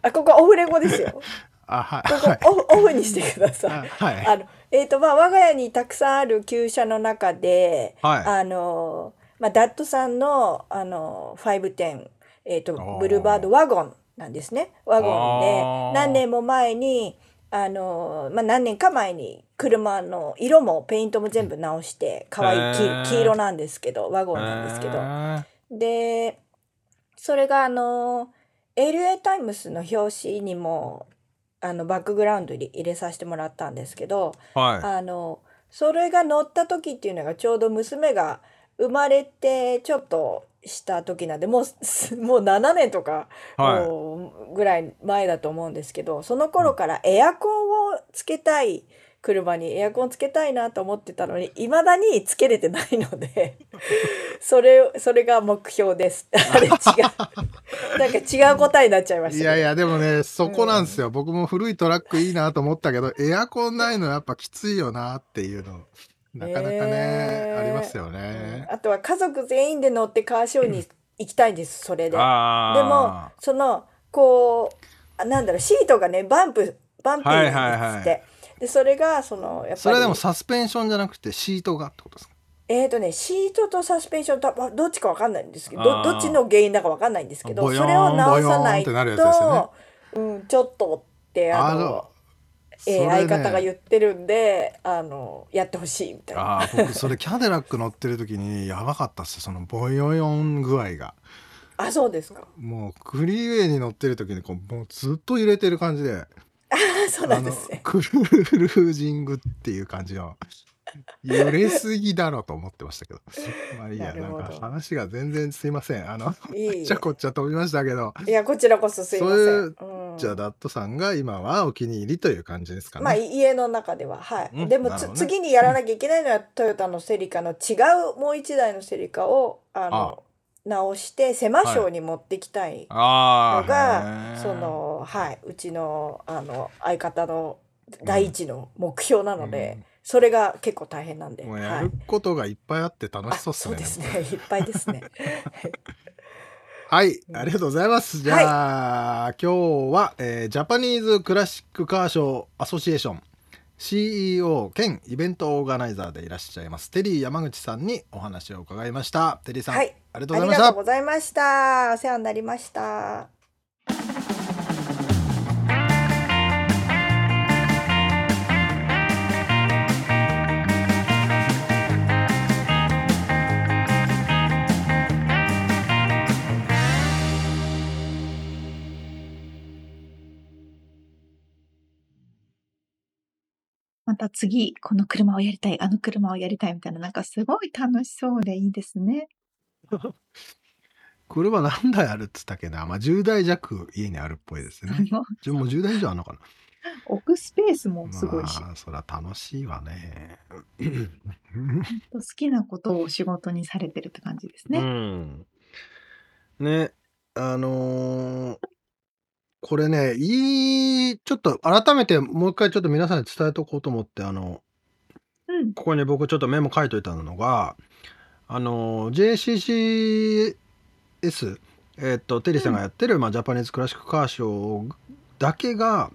[SPEAKER 2] あここはオフレコですよ
[SPEAKER 3] あはい
[SPEAKER 2] こ
[SPEAKER 3] はい
[SPEAKER 2] こオフオフにしてください
[SPEAKER 3] あはい
[SPEAKER 2] あのえーとまあ、我が家にたくさんある旧車の中で、
[SPEAKER 7] はい
[SPEAKER 2] あのまあ、ダットさんのあの510、えー、と
[SPEAKER 3] ー
[SPEAKER 2] ブルーバードワゴンなんですねワゴン
[SPEAKER 7] あー
[SPEAKER 2] で何年も前にあの、まあ、何年か前に車の色もペイントも全部直して可愛い
[SPEAKER 7] へー
[SPEAKER 2] 黄黄色なんですけどワゴンなんですけど。でそれがあの LA タイムスの表紙にもあのバックグラウンドに入れさせてもらったんですけど、
[SPEAKER 7] はい
[SPEAKER 2] あのそれが乗った時っていうのがちょうど娘が生まれてちょっとした時なんでもうすもう7年とか、
[SPEAKER 7] はい
[SPEAKER 2] もうぐらい前だと思うんですけどその頃からエアコンをつけたい車にエアコンつけたいなと思ってたのにいまだにつけれてないのでそれそれが目標ですあれ違うなんか違う答えになっちゃいました
[SPEAKER 3] い
[SPEAKER 2] けど
[SPEAKER 3] やいやでもねそこなんですよ、僕も古いトラックいいなと思ったけどエアコンないのやっぱきついよなっていうのなかなかね、
[SPEAKER 2] えー
[SPEAKER 3] ありますよね、
[SPEAKER 2] あとは家族全員で乗ってカーショーに行きたいんですそれで。
[SPEAKER 7] あ
[SPEAKER 2] でも
[SPEAKER 7] あ
[SPEAKER 2] そのこうあなんだろうシートがねバンプバンピーなんですって、
[SPEAKER 7] はい
[SPEAKER 2] でそれがそのやっぱり
[SPEAKER 3] それでもサスペンションじゃなくてシートがってことですか
[SPEAKER 2] えーとねシートとサスペンションとあどっちかわかんないんですけどど
[SPEAKER 7] あー
[SPEAKER 2] どっちの原因だかわかんないんですけど
[SPEAKER 3] ボ
[SPEAKER 2] そ
[SPEAKER 3] ヨーン
[SPEAKER 2] れを直さない
[SPEAKER 3] ボ
[SPEAKER 2] と
[SPEAKER 3] ヨーンってなるやつですよ
[SPEAKER 2] うん、ちょっとってあの
[SPEAKER 3] それ
[SPEAKER 2] えー
[SPEAKER 3] ね
[SPEAKER 2] 相方が言ってるんであのやってほしいみたいな。
[SPEAKER 3] あー僕それキャデラック乗ってる時にやばかったっすそのボヨヨン具合が
[SPEAKER 2] あそうですか。
[SPEAKER 3] もうクリーウェイに乗ってる時にこうもうずっと揺れてる感じで
[SPEAKER 2] あそうなんですね。
[SPEAKER 3] クルージングっていう感じの揺れすぎだろと思ってま したけどまあいいや
[SPEAKER 2] なる
[SPEAKER 3] な
[SPEAKER 2] ほ
[SPEAKER 3] ん
[SPEAKER 2] ど
[SPEAKER 3] か話が全然すいませんあの
[SPEAKER 2] いい
[SPEAKER 3] じゃこっちゃ飛びましたけど
[SPEAKER 2] いやこちらこそすいません。
[SPEAKER 3] そういう
[SPEAKER 2] うん
[SPEAKER 3] じゃあダットさんが今はお気に入りという感じですかね、
[SPEAKER 2] まあい家の中でははい、
[SPEAKER 3] うん
[SPEAKER 2] でも
[SPEAKER 3] なる
[SPEAKER 2] つ、
[SPEAKER 3] ほどね
[SPEAKER 2] 次にやらなきゃいけないのはトヨタのセリカの違うもう一台のセリカをあの
[SPEAKER 3] あ
[SPEAKER 2] 直して狭小に持ってきたい
[SPEAKER 3] あ
[SPEAKER 2] の
[SPEAKER 3] あ。
[SPEAKER 2] が、
[SPEAKER 3] へー
[SPEAKER 2] そ。のはいうちのあの相方の第一の目標なので、それが結構大変なんで、
[SPEAKER 5] もうや
[SPEAKER 2] は
[SPEAKER 5] る
[SPEAKER 2] い、
[SPEAKER 5] ことがいっぱいあって楽
[SPEAKER 2] あ
[SPEAKER 5] しそうっす
[SPEAKER 2] そう
[SPEAKER 5] ね。
[SPEAKER 2] ですねいっぱいですね
[SPEAKER 5] はい、ありがとうございます。じゃあ、今日は、えージャパニーズクラシックカーショーアソシエーション CEO 兼イベントオーガナイザーでいらっしゃいますテリー山口さんにお話を伺いました。テリーさん、
[SPEAKER 2] はい
[SPEAKER 5] ありがとう
[SPEAKER 2] あ
[SPEAKER 5] ござ
[SPEAKER 2] り
[SPEAKER 5] いまし
[SPEAKER 2] がと
[SPEAKER 5] た
[SPEAKER 2] う。ございましたお世話になりました
[SPEAKER 1] また次、この車をやりたい、あの車をやりたいみたいな、なんかすごい楽しそうでいいですね。
[SPEAKER 5] 車何台あるっつったっけな、まあ、10台弱家にあるっぽいです ね。
[SPEAKER 1] あの
[SPEAKER 5] じゃあもう10台以上あるのかな。
[SPEAKER 1] 置くスペースもすごいし、
[SPEAKER 5] まあ、そりゃ楽しいわね。
[SPEAKER 1] 好きなことを仕事にされてるって感じです
[SPEAKER 3] う
[SPEAKER 1] ね。
[SPEAKER 3] ん。ね。
[SPEAKER 5] あのーこれね、いい、ちょっと改めてもう一回ちょっと皆さんに伝えとこうと思って、あの、
[SPEAKER 1] うん。
[SPEAKER 3] ここに僕ちょっとメモ書いといたのが、あの、JCCS、えっと、テリーさんがやってる、まあ、ジャパニーズクラシックカーショーだけが、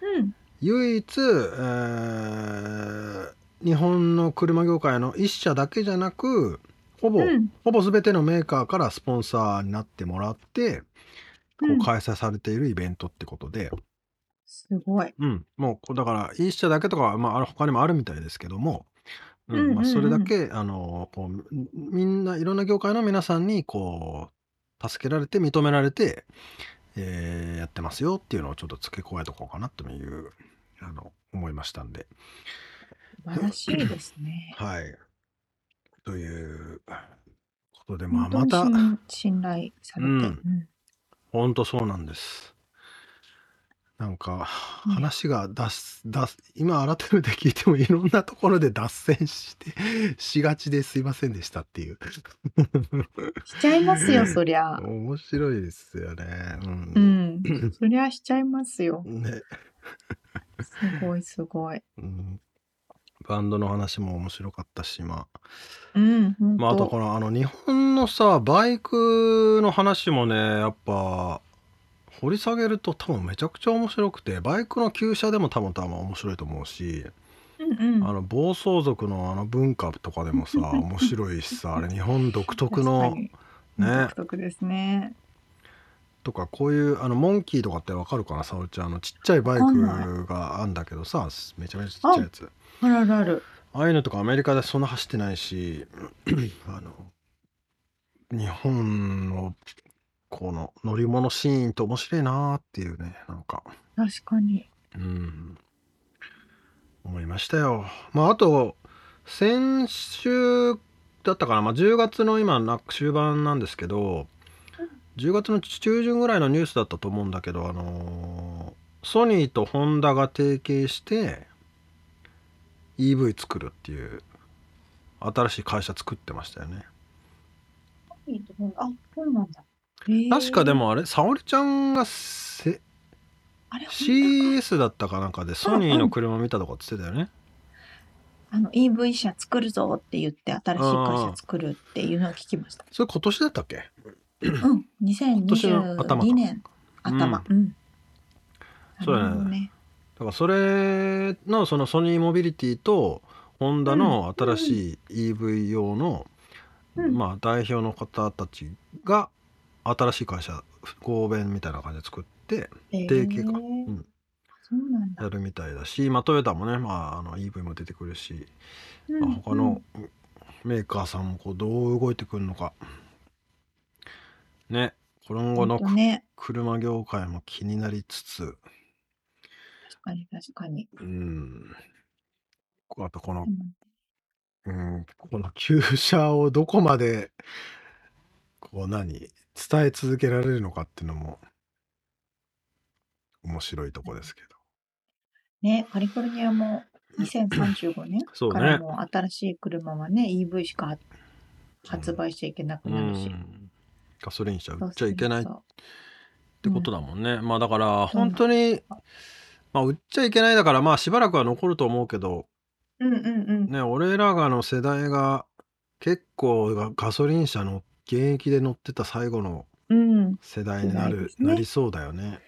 [SPEAKER 1] うん。
[SPEAKER 3] 唯一、えー日本の車業界の一社だけじゃなくほぼ、
[SPEAKER 1] うん。
[SPEAKER 3] ほぼ全てのメーカーからスポンサーになってもらってこ
[SPEAKER 1] うん
[SPEAKER 3] う開催されているイベントってことで、
[SPEAKER 1] すごい。
[SPEAKER 3] うんもうこうだから一社だけとかは、まあ、あれ他にもあるみたいですけども、う
[SPEAKER 1] う
[SPEAKER 3] ん
[SPEAKER 1] んうんうん
[SPEAKER 3] まあ、それだけあのこうみみんないろんな業界の皆さんにこう助けられて認められて、えーやってますよっていうのをちょっと付け加えとこうかなというあの思いましたんで。
[SPEAKER 1] 素晴らしいですね。
[SPEAKER 3] はい。ということで、まあ、
[SPEAKER 1] 本当
[SPEAKER 3] ま
[SPEAKER 1] に
[SPEAKER 3] た、
[SPEAKER 1] 信信頼されて。
[SPEAKER 3] うん
[SPEAKER 1] うん
[SPEAKER 3] 本当そうなんです。なんか、
[SPEAKER 1] ね
[SPEAKER 3] 話が脱す、脱す、今改めて聞いてもいろんなところで脱線して、しがちですいませんでしたっていう。
[SPEAKER 1] しちゃいますよ、そりゃ。
[SPEAKER 3] 面白いですよね。う。
[SPEAKER 1] うんん。 そりゃしちゃいますよ。
[SPEAKER 3] ね、
[SPEAKER 1] すごい、すごい。
[SPEAKER 3] うん。バンドの話も面白かったし、まあ、
[SPEAKER 1] うん。本当
[SPEAKER 3] まあ、あとこのあの日本のさバイクの話もねやっぱ掘り下げると多分めちゃくちゃ面白くてバイクの旧車でも多分多分面白いと思うし、
[SPEAKER 1] うん
[SPEAKER 3] あ
[SPEAKER 1] うん。
[SPEAKER 3] の暴走族のあの文化とかで もさ面白いしさあれ日本独特
[SPEAKER 1] 確
[SPEAKER 3] の
[SPEAKER 1] かに
[SPEAKER 3] ね
[SPEAKER 1] 独特ですね。
[SPEAKER 3] とかこういうあのモンキーとかってわかるかな沙織ちゃんあのちっちゃいバイ
[SPEAKER 1] わかんな
[SPEAKER 3] クがあんだけどさめちゃめちゃちっちゃいやつ
[SPEAKER 1] あららる。
[SPEAKER 3] ああいうのとかアメリカでそんな走ってないし あの日本のこの乗り物シーンって面白いなーっていうねなんか
[SPEAKER 1] 確かに。
[SPEAKER 3] うん思いましたよ。まああと先週だったかな、まあ、10月の今な終盤なんですけど10月の中旬ぐらいのニュースだったと思うんだけどあのーソニーとホンダが提携して EV 作るっていう新しい会社作ってましたよね。
[SPEAKER 1] いいと思うあ、そうなんだ。へー
[SPEAKER 3] 確かで。もあれ沙織ちゃんがせ
[SPEAKER 1] あれ、本当か
[SPEAKER 3] CS だったかなんかでソニーの車見たとかって言ってたよね。
[SPEAKER 1] あの EV 車作るぞって言って、新しい会社作るっていうのを聞きました。
[SPEAKER 3] それ今年だったっけ
[SPEAKER 1] うん、
[SPEAKER 3] 年の頭か
[SPEAKER 1] 2022年頭。うん。
[SPEAKER 3] そう
[SPEAKER 1] な
[SPEAKER 3] だね
[SPEAKER 1] るほどね。
[SPEAKER 3] だからそれのそのソニーモビリティとホンダの新しい EV 用の、
[SPEAKER 1] うん
[SPEAKER 3] まあ、代表の方たちが新しい会社合弁みたいな感じで作って
[SPEAKER 1] 定
[SPEAKER 3] 定期かん
[SPEAKER 1] そうなんだ。
[SPEAKER 3] やるみたいだし、まあ、トヨタもね、まあ、あの EV も出てくるし、
[SPEAKER 1] うん
[SPEAKER 3] まあ、他のメーカーさんもこうどう動いてくるのかね今後の
[SPEAKER 1] 本当ね。
[SPEAKER 3] 車業界も気になりつつ、
[SPEAKER 1] 確かに確かに。
[SPEAKER 3] うん、あとこの
[SPEAKER 1] でも
[SPEAKER 3] うん、
[SPEAKER 5] この旧車をどこまで、こう何、伝え続けられるのかっていうのも、面白いとこですけど。
[SPEAKER 1] ね、カリフォルニアも2035年
[SPEAKER 3] そう
[SPEAKER 1] か
[SPEAKER 3] ね
[SPEAKER 1] らもう新しい車はね、EV しか発売しちゃいけなくなるし。
[SPEAKER 3] うんガソリン車
[SPEAKER 1] そう
[SPEAKER 3] 売っ
[SPEAKER 1] す
[SPEAKER 3] ちゃ
[SPEAKER 1] る
[SPEAKER 3] いけないっ
[SPEAKER 1] と
[SPEAKER 3] てことだもんね、まあだから本当に、まあ、売っちゃいけないだからまあしばらくは残ると思うけど
[SPEAKER 1] うんうんうん。
[SPEAKER 3] ね俺らがの世代が結構がガソリン車の現役で乗ってた最後の
[SPEAKER 1] うん。
[SPEAKER 3] 世代になる、
[SPEAKER 1] 世代ですね
[SPEAKER 3] なりそうだよね。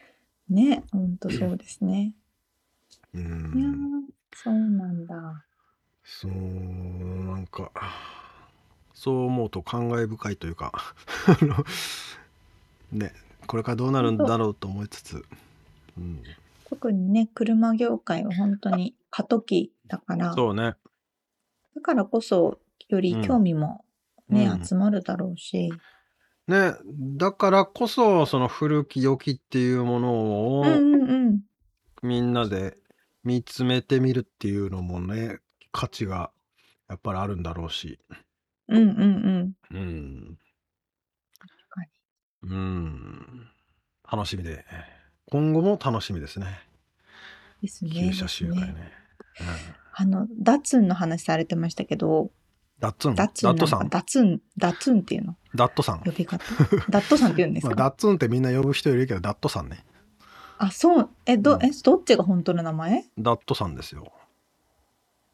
[SPEAKER 1] ね、ほんとそうですね。
[SPEAKER 3] う
[SPEAKER 1] いやー
[SPEAKER 3] ん、
[SPEAKER 1] そうなんだ。
[SPEAKER 3] そうなんかそう思うと感慨深いというかあのねこれからどうなるんだろうと思いつつ、うん、
[SPEAKER 1] 特にね、車業界は本当に過渡期だから、だ
[SPEAKER 3] そうね
[SPEAKER 1] からこそ、より興味もね、
[SPEAKER 3] うん
[SPEAKER 1] 集まるだろうし、
[SPEAKER 3] ねだからこそその古き良きっていうものを
[SPEAKER 1] うんうんうん。
[SPEAKER 3] みんなで見つめてみるっていうのもね価値がやっぱりあるんだろうし。
[SPEAKER 1] うんうんうん。
[SPEAKER 3] うん
[SPEAKER 1] 確かに
[SPEAKER 3] うん楽しみで今後も楽しみですね
[SPEAKER 1] ですね。
[SPEAKER 3] 旧車集会ね。うん
[SPEAKER 1] あの、ダツンの話されてましたけど、
[SPEAKER 3] ダッツンダ
[SPEAKER 1] ダツン
[SPEAKER 3] ッ
[SPEAKER 1] な
[SPEAKER 3] ト
[SPEAKER 1] ん
[SPEAKER 3] さ
[SPEAKER 1] か
[SPEAKER 3] ん
[SPEAKER 1] ダツン、ダツンっていうの
[SPEAKER 3] ダットさん
[SPEAKER 1] 呼、び 方。ダットさんって言うんです
[SPEAKER 3] まあ、
[SPEAKER 1] か、
[SPEAKER 3] ダッツンってみんな呼ぶ人いるけどダットさんね
[SPEAKER 1] あ、そう。え、ど、
[SPEAKER 3] うん
[SPEAKER 1] え、どっちが本当の名前っ
[SPEAKER 3] ダットさんですよ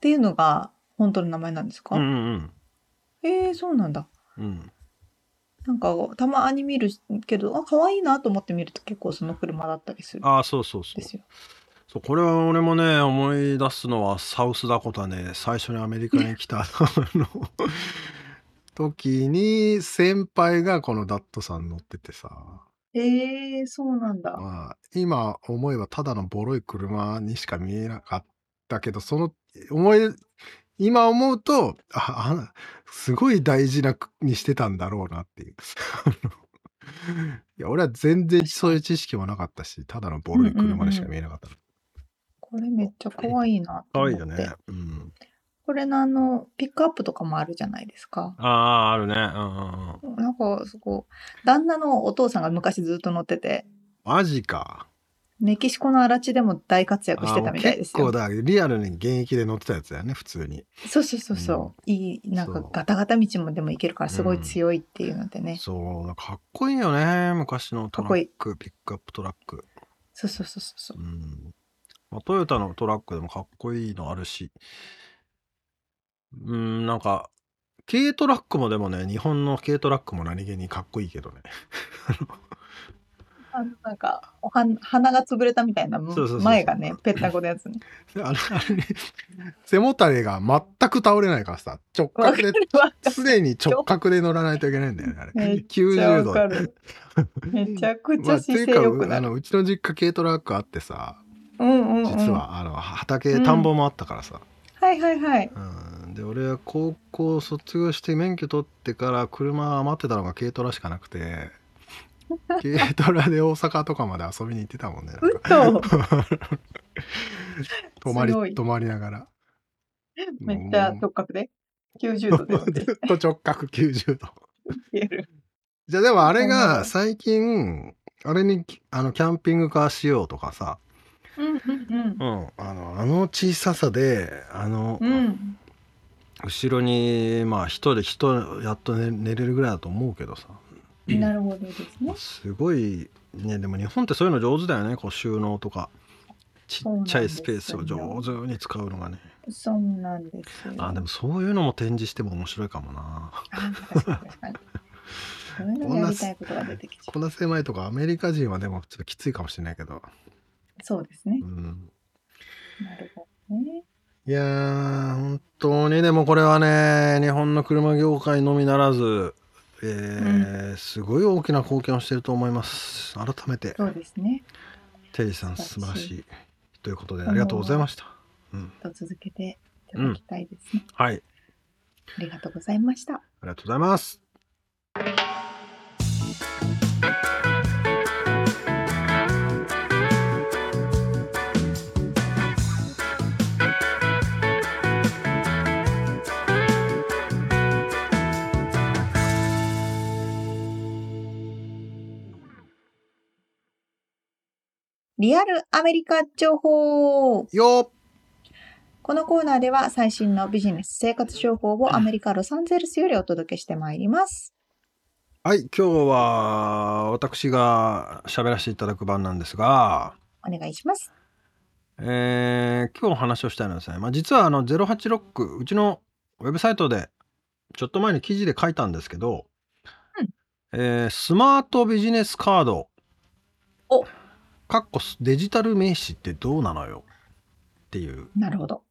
[SPEAKER 1] ていうのが本当の名前なんですか、
[SPEAKER 3] うんうん
[SPEAKER 1] えー、そうなんだ。
[SPEAKER 3] うんうん
[SPEAKER 1] なんか、たまに見るけど、あ、可愛いなと思って見ると結構その車だったりするん
[SPEAKER 3] ああそうそうそ
[SPEAKER 1] で
[SPEAKER 3] う
[SPEAKER 1] すよ。
[SPEAKER 3] そうこれは俺もね思い出すのはサウスダコタね最初にアメリカに来 たあの時に先輩がこのダットさん乗っててさ
[SPEAKER 1] えー、そうなんだ。
[SPEAKER 3] まあ、今思えばただのボロい車にしか見えなかったけどその思い今思うとああすごい大事なにしてたんだろうなっていう。 あのいや俺は全然そういう知識もなかったしただのボロい車にしか見えなかった。
[SPEAKER 1] これめっちゃ可愛いなと
[SPEAKER 3] 可
[SPEAKER 1] 思っ
[SPEAKER 3] 愛
[SPEAKER 1] て。
[SPEAKER 3] うん、
[SPEAKER 1] これのあの、ピックアップとかもあるじゃないですか。
[SPEAKER 3] あああるね。うんうんうん、
[SPEAKER 1] なんか、そこ、旦那のお父さんが昔ずっと乗ってて、
[SPEAKER 3] マジか。
[SPEAKER 1] メキシコの荒地でも大活躍してたみたいです
[SPEAKER 3] あーも
[SPEAKER 1] よ。
[SPEAKER 3] う結構だリアルに現役で乗ってたやつだよね普通に。
[SPEAKER 1] そうそうそうそう。いい、なんか
[SPEAKER 3] そう
[SPEAKER 1] ガタガタ道もでも行けるからすごい強いっていうのでね。
[SPEAKER 3] そうかっこいいよね昔のトラックピックアップトラック。
[SPEAKER 1] そうそうそうそうそう
[SPEAKER 3] う。んまあ、トヨタのトラックでもかっこいいのあるし、うん、なんか、軽トラックもでもね、日本の軽トラックも何気にかっこいいけ どね。
[SPEAKER 1] あのなんかおは鼻が潰れたみたいな
[SPEAKER 3] そうそうそう
[SPEAKER 1] 前がねぺったんこのやつね。
[SPEAKER 3] あのあれね
[SPEAKER 5] 背もたれが全く倒れないからさ直
[SPEAKER 1] わ
[SPEAKER 5] 角
[SPEAKER 1] かる
[SPEAKER 5] で
[SPEAKER 1] わか
[SPEAKER 5] 常に直角で乗らないといけないんだよねあ
[SPEAKER 1] め
[SPEAKER 5] れ
[SPEAKER 1] っる。
[SPEAKER 5] 90
[SPEAKER 1] わ
[SPEAKER 5] 度
[SPEAKER 1] かる。めちゃくち
[SPEAKER 5] ま
[SPEAKER 1] ゃ
[SPEAKER 5] あ、とい
[SPEAKER 1] 姿
[SPEAKER 5] う
[SPEAKER 1] 勢良く
[SPEAKER 5] か
[SPEAKER 1] な
[SPEAKER 5] あ
[SPEAKER 1] る。
[SPEAKER 5] のうちの実家軽トラックあってさ
[SPEAKER 1] うんうんうん。
[SPEAKER 5] 実はあの畑
[SPEAKER 1] うん
[SPEAKER 5] 田んぼもあったからさ、
[SPEAKER 1] はいはいはい。
[SPEAKER 5] うんで俺は高校卒業して免許取ってから車余ってたのが軽トラしかなく て軽トラで大阪とかまで遊びに行ってたもんねなん
[SPEAKER 1] う
[SPEAKER 5] か
[SPEAKER 1] っ と
[SPEAKER 5] 泊まり
[SPEAKER 1] すごい
[SPEAKER 5] 泊まりながら
[SPEAKER 1] めっちゃ直角で90度で乗ってい
[SPEAKER 5] ずっと直角90度
[SPEAKER 1] ける。
[SPEAKER 5] じゃあでもあれ
[SPEAKER 1] そうなんだ
[SPEAKER 5] が最近あれにあのキャンピングカー仕様とかさ、
[SPEAKER 1] うんうん
[SPEAKER 5] うん、あのあの小ささであの、
[SPEAKER 1] うん。うん。
[SPEAKER 3] 後ろに、まあ、人で人やっと寝寝れるぐらいだと思うけどさ。
[SPEAKER 1] なるほどですね。
[SPEAKER 3] すごい、ね、でも日本ってそういうの上手だよね、こう収納とか。ちっちゃいスペースを上手に使うのがね。
[SPEAKER 1] そうなんですよ。
[SPEAKER 3] あ、でもそういうのも展示しても面白いかもな。
[SPEAKER 1] あ確 かに確かに。そういうのやりたいことが出てきちゃ
[SPEAKER 5] こんな狭いとこアメリカ人はでもちょっときついかもしれないけど、
[SPEAKER 1] う。そうですね
[SPEAKER 5] う。ん、
[SPEAKER 1] なるほどね。
[SPEAKER 5] いやー本
[SPEAKER 3] 本当にでもこれはね日本の車業界のみならず、えーすごい大きな貢献をしていると思います改めて
[SPEAKER 1] そうですね。
[SPEAKER 3] テリーさん
[SPEAKER 1] 素
[SPEAKER 3] 素晴
[SPEAKER 1] 晴
[SPEAKER 3] ら
[SPEAKER 1] ら
[SPEAKER 3] し
[SPEAKER 1] しい
[SPEAKER 3] いということでありがとうございました
[SPEAKER 1] ちょっと続けていただきたいですね。
[SPEAKER 3] はい
[SPEAKER 1] ありがとうございました。
[SPEAKER 3] ありがとうございます
[SPEAKER 1] リアルアメリカ情報
[SPEAKER 5] よ
[SPEAKER 1] このコーナーでは最新のビジネス生活情報をアメリカ・ロサンゼルスよりお届けしてまいります。
[SPEAKER 3] はい、今日は私が喋らせていただく番なんですが、
[SPEAKER 1] お願いします。
[SPEAKER 3] えー今日お話をしたいのはですね、まあ、実はあの086うちのウェブサイトでちょっと前に記事で書いたんですけど、
[SPEAKER 1] うん
[SPEAKER 3] えースマートビジネスカード
[SPEAKER 1] お
[SPEAKER 3] かっこデジタル名刺ってどうなのよっていう、
[SPEAKER 1] なるほど。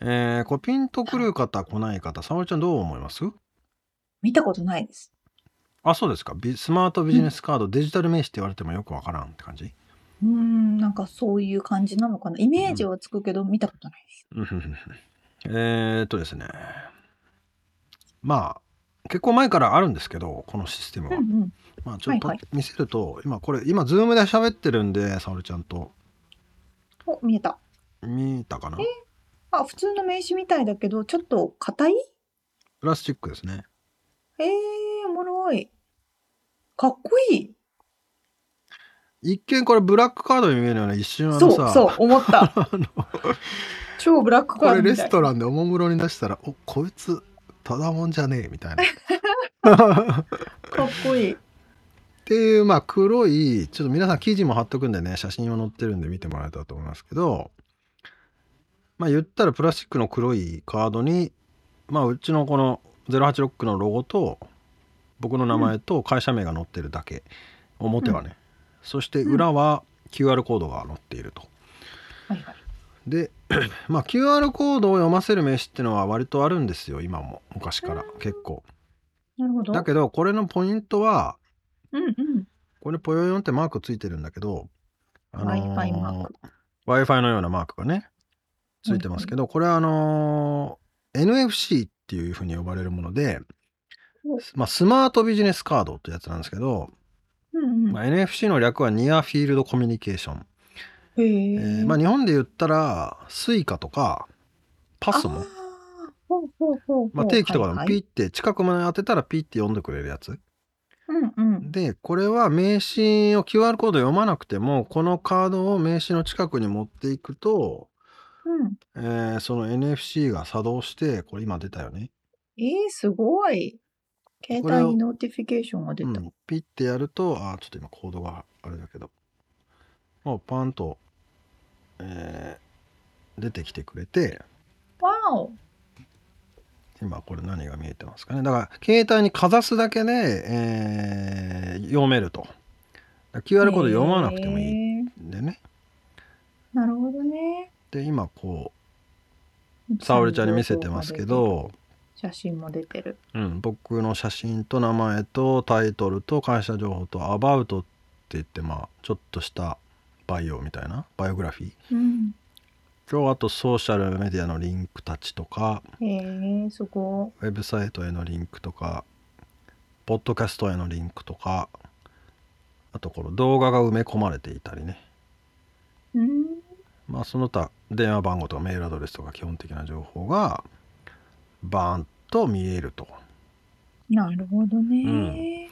[SPEAKER 3] えーこれピンとくる方来ない方沙織ちゃんどう思います
[SPEAKER 1] 見たことないです。
[SPEAKER 3] あそうですかビスマートビジネスカード、デジタル名刺って言われてもよくわからんって感じ
[SPEAKER 1] うーん、なんかそういう感じなのかな。イメージはつくけど、見たことないです。
[SPEAKER 3] うんうんうん えーっとですねまあ結構前からあるんですけどこのシステム
[SPEAKER 1] う
[SPEAKER 3] は、
[SPEAKER 1] んうん。
[SPEAKER 3] まあ、ちょっと
[SPEAKER 1] はいは
[SPEAKER 3] 見せると、今これ今ズームで喋ってるんで沙織ちゃんと
[SPEAKER 1] お、見えた。
[SPEAKER 3] 見たかな
[SPEAKER 1] あ、普通の名刺みたいだけど、ちょっと硬い
[SPEAKER 3] プラスチックですね
[SPEAKER 1] えー、おもろい。かっこいい。
[SPEAKER 3] 一見これブラックカードに見えるよね一瞬あ
[SPEAKER 1] そ
[SPEAKER 3] の
[SPEAKER 1] う、
[SPEAKER 3] さ
[SPEAKER 1] そう、思った。
[SPEAKER 3] あの
[SPEAKER 1] 超ブラックカ
[SPEAKER 3] こ
[SPEAKER 1] ード
[SPEAKER 3] れレ
[SPEAKER 1] みた
[SPEAKER 3] ス
[SPEAKER 1] い。
[SPEAKER 3] トランでおもむろに出したら「おこいつただもんじゃねえ」みた いな。
[SPEAKER 1] かっこいい。
[SPEAKER 3] っていうまあ黒いちょっと皆さん記事も貼っとくんでね写真を載ってるんで見てもらえたらと思いますけどまあ言ったらプラスチックの黒いカードにまあうちのこの086のロゴと僕の名前と会社名が載ってるだけ、表はね、そして裏は QR コードが載っていると。
[SPEAKER 1] はいはい。
[SPEAKER 3] でまあ QR コードを読ませる名刺ってのは割とあるんですよ今も昔から結構。
[SPEAKER 1] なるほど。
[SPEAKER 3] だけどこれのポイントは
[SPEAKER 1] うんうん。
[SPEAKER 3] これぽよよんってマークついてるんだけど、
[SPEAKER 1] Wi-Fi マーク。
[SPEAKER 3] Wi-Fi のようなマークがね、ついてますけど、これはあのー NFC っていうふうに呼ばれるもので
[SPEAKER 1] お、
[SPEAKER 3] まあ、スマートビジネスカードってやつなんですけど、
[SPEAKER 1] うんうん。
[SPEAKER 3] まあ、NFC の略はニアフィールドコミュニケーション。
[SPEAKER 1] へ
[SPEAKER 3] え
[SPEAKER 1] ー
[SPEAKER 3] ーまあ、日本で言ったら、Suica とか、パス
[SPEAKER 1] あ
[SPEAKER 3] も
[SPEAKER 1] ー、ほうほうほうほう
[SPEAKER 3] まあ、定期とかで
[SPEAKER 1] は
[SPEAKER 3] も
[SPEAKER 1] い
[SPEAKER 3] ピ
[SPEAKER 1] はい
[SPEAKER 3] ッて、近くまで当てたらピッて読んでくれるやつ。
[SPEAKER 1] うんうん。
[SPEAKER 3] でこれは名刺を QR コード読まなくてもこのカードを名刺の近くに持っていくと、
[SPEAKER 1] うん。
[SPEAKER 3] えーその NFC が作動してこれ今出たよね、
[SPEAKER 1] えー、すごい。携
[SPEAKER 3] これを
[SPEAKER 1] 帯にノーティフィケーションが出
[SPEAKER 3] う
[SPEAKER 1] た。
[SPEAKER 3] ん、ピッてやるとあーちょっと今コードがあれだけどもうパンと、えー出てきてくれて
[SPEAKER 1] わお。
[SPEAKER 3] 今これ何が見えてますかねだから携帯にかざすだけで、えー読めるとだから QR コード読まなくてもいいん
[SPEAKER 1] い。
[SPEAKER 3] でね
[SPEAKER 1] なるほどね。
[SPEAKER 3] で今こう沙織ちゃんに見せてますけど
[SPEAKER 1] 写真も出てる。
[SPEAKER 3] うん、僕の写真と名前とタイトルと会社情報と「アバウト」って言ってまあちょっとしたバイオみたいなバイオグラフィー
[SPEAKER 1] うん。
[SPEAKER 3] 今日あとソーシャルメディアのリンクたちとか
[SPEAKER 1] えー、すご
[SPEAKER 3] ウェブサイトへのリンクとかポッドキャストへのリンクとかあとこの動画が埋め込まれていたりね
[SPEAKER 1] い。うん。
[SPEAKER 3] まあその他電話番号とかメールアドレスとか基本的な情報がバーンと見えると
[SPEAKER 1] なるほどね。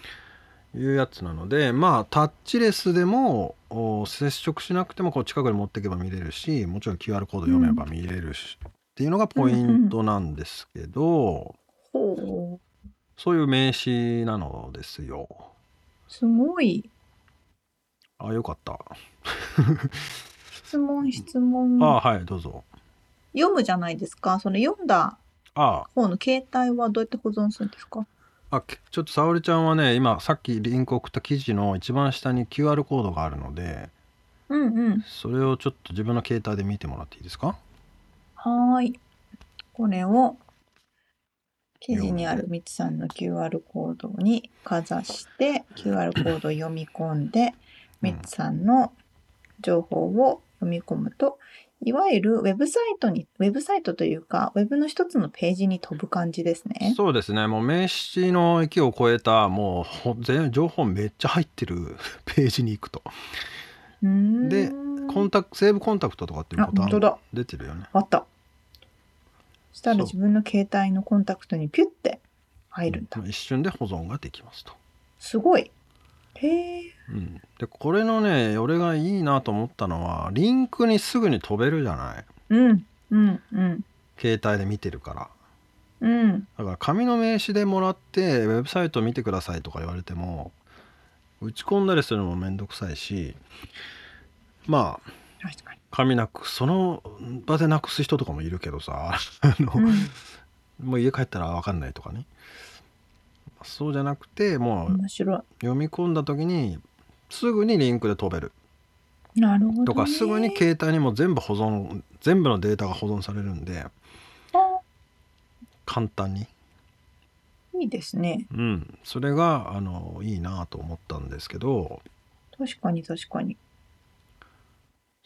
[SPEAKER 3] いうやつなのでまあタッチレスでもお接触しなくてもこう近くに持っていけば見れるしもちろん QR コード読めば見れるし、っていうのがポイントなんですけど、
[SPEAKER 1] ほう。
[SPEAKER 3] そういう名詞なのですよ。
[SPEAKER 1] すごい。
[SPEAKER 3] あよかった。
[SPEAKER 1] 質問、質問。
[SPEAKER 3] あはいどうぞ。
[SPEAKER 1] 読むじゃないですか。その読んだ
[SPEAKER 3] あ
[SPEAKER 1] 方の携帯はどうやって保存するんですか
[SPEAKER 3] あけちょっと沙織ちゃんはね今さっきリンク送った記事の一番下に QR コードがあるので
[SPEAKER 1] うんうん。
[SPEAKER 3] それをちょっと自分の携帯で見てもらっていいですか
[SPEAKER 1] はーい。これを記事にあるみつさんの QR コードにかざして、QR コードを読み込んで、
[SPEAKER 3] うん
[SPEAKER 1] みつさんの情報を読み込むと、いわゆるウェブサイトに、ウェブサイトというか、ウェブの一つのページに飛ぶ感じですね。
[SPEAKER 3] そうですねもう名刺の域を超えたもうほ全情報めっちゃ入ってる ページに行くと
[SPEAKER 1] うーん
[SPEAKER 3] でコンタクセーブコンタクトとかっていう
[SPEAKER 1] あ、
[SPEAKER 3] ボタ
[SPEAKER 1] 本当
[SPEAKER 3] ン
[SPEAKER 1] だ。
[SPEAKER 3] 出てるよね
[SPEAKER 1] あった。そしたら
[SPEAKER 3] そう
[SPEAKER 1] 自分の携帯のコンタクトにピュッて入るんだ
[SPEAKER 3] うん。一瞬で保存ができますと、
[SPEAKER 1] すごい。へえ。
[SPEAKER 3] うん、でこれのね俺がいいなと思ったのはリンクにすぐに飛べるじゃない
[SPEAKER 1] うん、うん、うん。
[SPEAKER 3] 携帯で見てるか
[SPEAKER 1] う
[SPEAKER 3] ら
[SPEAKER 1] ん。
[SPEAKER 3] だから紙の名刺でもらってウェブサイト見てくださいとか言われても打ち込んだりするのもめんどくさいしまあ
[SPEAKER 1] 確かに。
[SPEAKER 3] 紙なくその場でなくす人とかもいるけど さあの、
[SPEAKER 1] うん
[SPEAKER 3] もう家帰ったら分かんないとかねそうじゃなくてもう
[SPEAKER 1] 面白
[SPEAKER 3] 読み込んだ時にすぐにリンクで飛べる
[SPEAKER 1] い。なるほど、ね。
[SPEAKER 3] とかすぐに携帯にも全部保存全部のデータが保存されるんで
[SPEAKER 1] あ
[SPEAKER 3] 簡単に、
[SPEAKER 1] いいですね。
[SPEAKER 3] うん、それがあのいいなと思ったんですけど
[SPEAKER 1] 確かに確かに。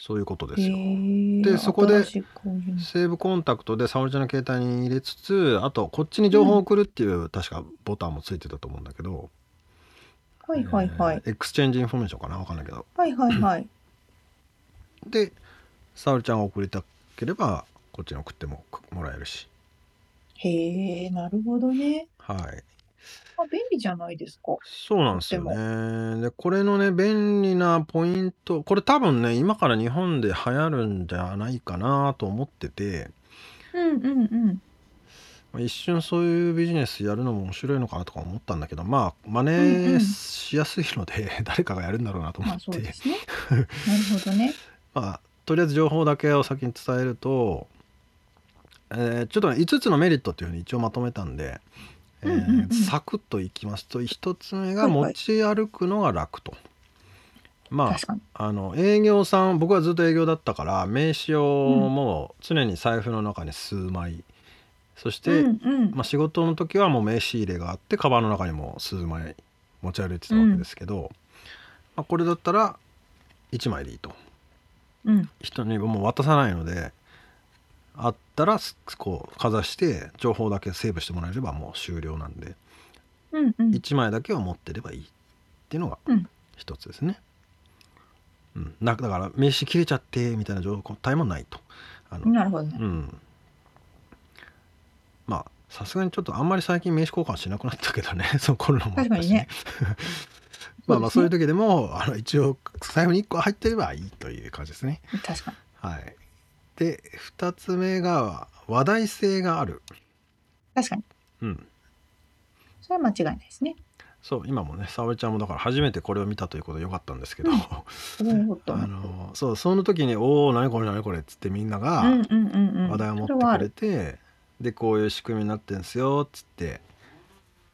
[SPEAKER 3] そういうことです
[SPEAKER 1] へ
[SPEAKER 3] よ。
[SPEAKER 1] え。
[SPEAKER 3] でそこ
[SPEAKER 1] 新
[SPEAKER 3] で
[SPEAKER 1] しいこういうの
[SPEAKER 3] セーブコンタクトで沙織ちゃんの携帯に入れつつあとこっちに情報を送るっていう、確かボタンもついてたと思うんだけど、
[SPEAKER 1] はいはいはい。
[SPEAKER 3] えーエクスチェンジインフォメーションかな分かんないけど
[SPEAKER 1] はいはいはい。
[SPEAKER 3] で沙織ちゃんが送りたければこっちに送ってももらえるし
[SPEAKER 1] へえ、なるほどね。
[SPEAKER 3] はい
[SPEAKER 1] あ、便利じゃないですか。
[SPEAKER 3] そうなんですよね。でこれのね便利なポイントこれ多分ね今から日本で流行るんじゃないかなと思ってて
[SPEAKER 1] うんうんうん。
[SPEAKER 3] まあ一瞬そういうビジネスやるのも面白いのかなとか思ったんだけどまあ真
[SPEAKER 1] うんうん
[SPEAKER 3] 似しやすいので、 誰かがやるんだろうなと思
[SPEAKER 1] ま
[SPEAKER 3] っ
[SPEAKER 1] あそ
[SPEAKER 3] て、
[SPEAKER 1] う
[SPEAKER 3] ま
[SPEAKER 1] で
[SPEAKER 3] あ
[SPEAKER 1] すね。なるほどね。
[SPEAKER 3] とりあえず情報だけを先に伝えると、えーちょっとね5つのメリットっていうふうに一応まとめたんで、えー
[SPEAKER 1] うんうんうん
[SPEAKER 3] サクッといきますと1つ目が
[SPEAKER 1] はいは
[SPEAKER 3] 持
[SPEAKER 1] い
[SPEAKER 3] ち歩くのが楽と。まあ
[SPEAKER 1] 確かに。
[SPEAKER 3] あの営業さん僕はずっと営業だったから名刺をもう常に財布の中に数枚、そし
[SPEAKER 1] う
[SPEAKER 3] て、
[SPEAKER 1] んうん。
[SPEAKER 3] まあ、仕事の時はもう名刺入れがあってカバンの中にも数枚持ち歩いてたわけですけど、まあ、これだったら1枚でいいと
[SPEAKER 1] うん。
[SPEAKER 3] 人にもう渡さないのであったらすこうかざして情報だけセーブしてもらえればもう終了なんで
[SPEAKER 1] うんうん。
[SPEAKER 3] 1枚だけは持ってればいいっていうのが
[SPEAKER 1] うん
[SPEAKER 3] 一つですね。うん、なだから名刺切れちゃってみたいな状態もないと。あの
[SPEAKER 1] なるほどね
[SPEAKER 3] う。ん、まあさすがにちょっとあんまり最近名刺交換しなくなったけどね そのコロナもあったし、
[SPEAKER 1] 確かにね。
[SPEAKER 3] まあまあそういう
[SPEAKER 1] で
[SPEAKER 3] 時でもあの一応財布に1個入ってればいいという感じですね。
[SPEAKER 1] すね確かに。
[SPEAKER 3] はい、で2つ目が話題性がある。
[SPEAKER 1] 確かに。
[SPEAKER 3] うん
[SPEAKER 1] それは間違いないですね。
[SPEAKER 3] そう今もね沙織ちゃんもだから初めてこれを見たということでよかったんですけど、
[SPEAKER 1] すごいほっと
[SPEAKER 3] あ
[SPEAKER 1] 思う。
[SPEAKER 3] のそうその時に「おお何これ何これ」っつってみんなが
[SPEAKER 1] うんうんうんうん。
[SPEAKER 3] 話題を持って
[SPEAKER 1] それはあ
[SPEAKER 3] くれ
[SPEAKER 1] る。
[SPEAKER 3] て、でこういう仕組みになってんすよっつって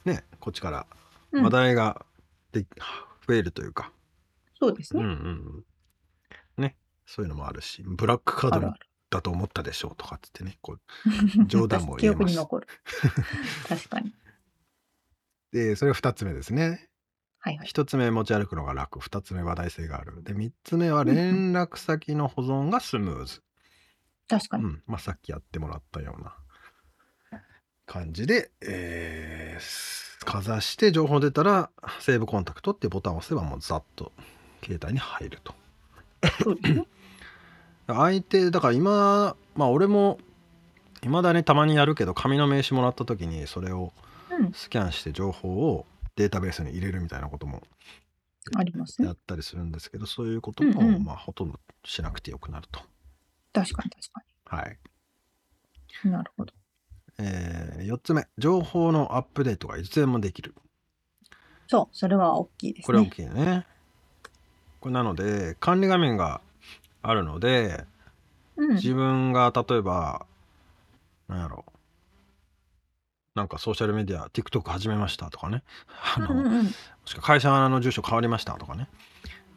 [SPEAKER 3] ねこっちから
[SPEAKER 1] うん
[SPEAKER 3] 話題がで、増えるというか、
[SPEAKER 1] そうです
[SPEAKER 3] うんう
[SPEAKER 1] ね。
[SPEAKER 3] んうん、ねそういうのもあるしブラックカ
[SPEAKER 1] あ
[SPEAKER 3] ー
[SPEAKER 1] る
[SPEAKER 3] ド
[SPEAKER 1] ある
[SPEAKER 3] だと思ったでしょうとかっつってねこう冗談 も
[SPEAKER 1] 記
[SPEAKER 3] 言え
[SPEAKER 1] 憶
[SPEAKER 3] ま
[SPEAKER 1] に
[SPEAKER 3] す
[SPEAKER 1] 残る。確かに。
[SPEAKER 3] でそれが2つ目ですね
[SPEAKER 1] はいはい。
[SPEAKER 3] 1つ目持ち歩くのが楽2つ目話題性があるで3つ目は連絡先の保存がスムーズ
[SPEAKER 1] 確か
[SPEAKER 3] う
[SPEAKER 1] に。
[SPEAKER 3] んまあ、さっきやってもらったような感じで、えーすかざして情報出たら「セーブコンタクト」っていうボタンを押せばもうざっと携帯に入ると。
[SPEAKER 1] そうですね。
[SPEAKER 3] 相手だから今まあ俺もいまだにたまにやるけど紙の名刺もらった時にそれを
[SPEAKER 1] うん。
[SPEAKER 3] スキャンして情報をデータベースに入れるみたいなことも
[SPEAKER 1] あります
[SPEAKER 3] や
[SPEAKER 1] ね。
[SPEAKER 3] ったりするんですけどそういうこと
[SPEAKER 1] うんう
[SPEAKER 3] も
[SPEAKER 1] ん
[SPEAKER 3] まあほとんどしなくてよくなると。
[SPEAKER 1] 確かに確か
[SPEAKER 3] はい
[SPEAKER 1] に。なるほど。
[SPEAKER 3] え4つ目情報のアップデートがいつでもできる。
[SPEAKER 1] そう、それは大きいです
[SPEAKER 3] これは大
[SPEAKER 1] ね。
[SPEAKER 3] きいね。これなので管理画面があるので、
[SPEAKER 1] うん。
[SPEAKER 3] 自分が例えばなんやろなんかソーシャルメディア TikTok 始めましたとかねあの、
[SPEAKER 1] うんう
[SPEAKER 3] も
[SPEAKER 1] んうん。
[SPEAKER 3] しくは会社の住所変わりましたとかね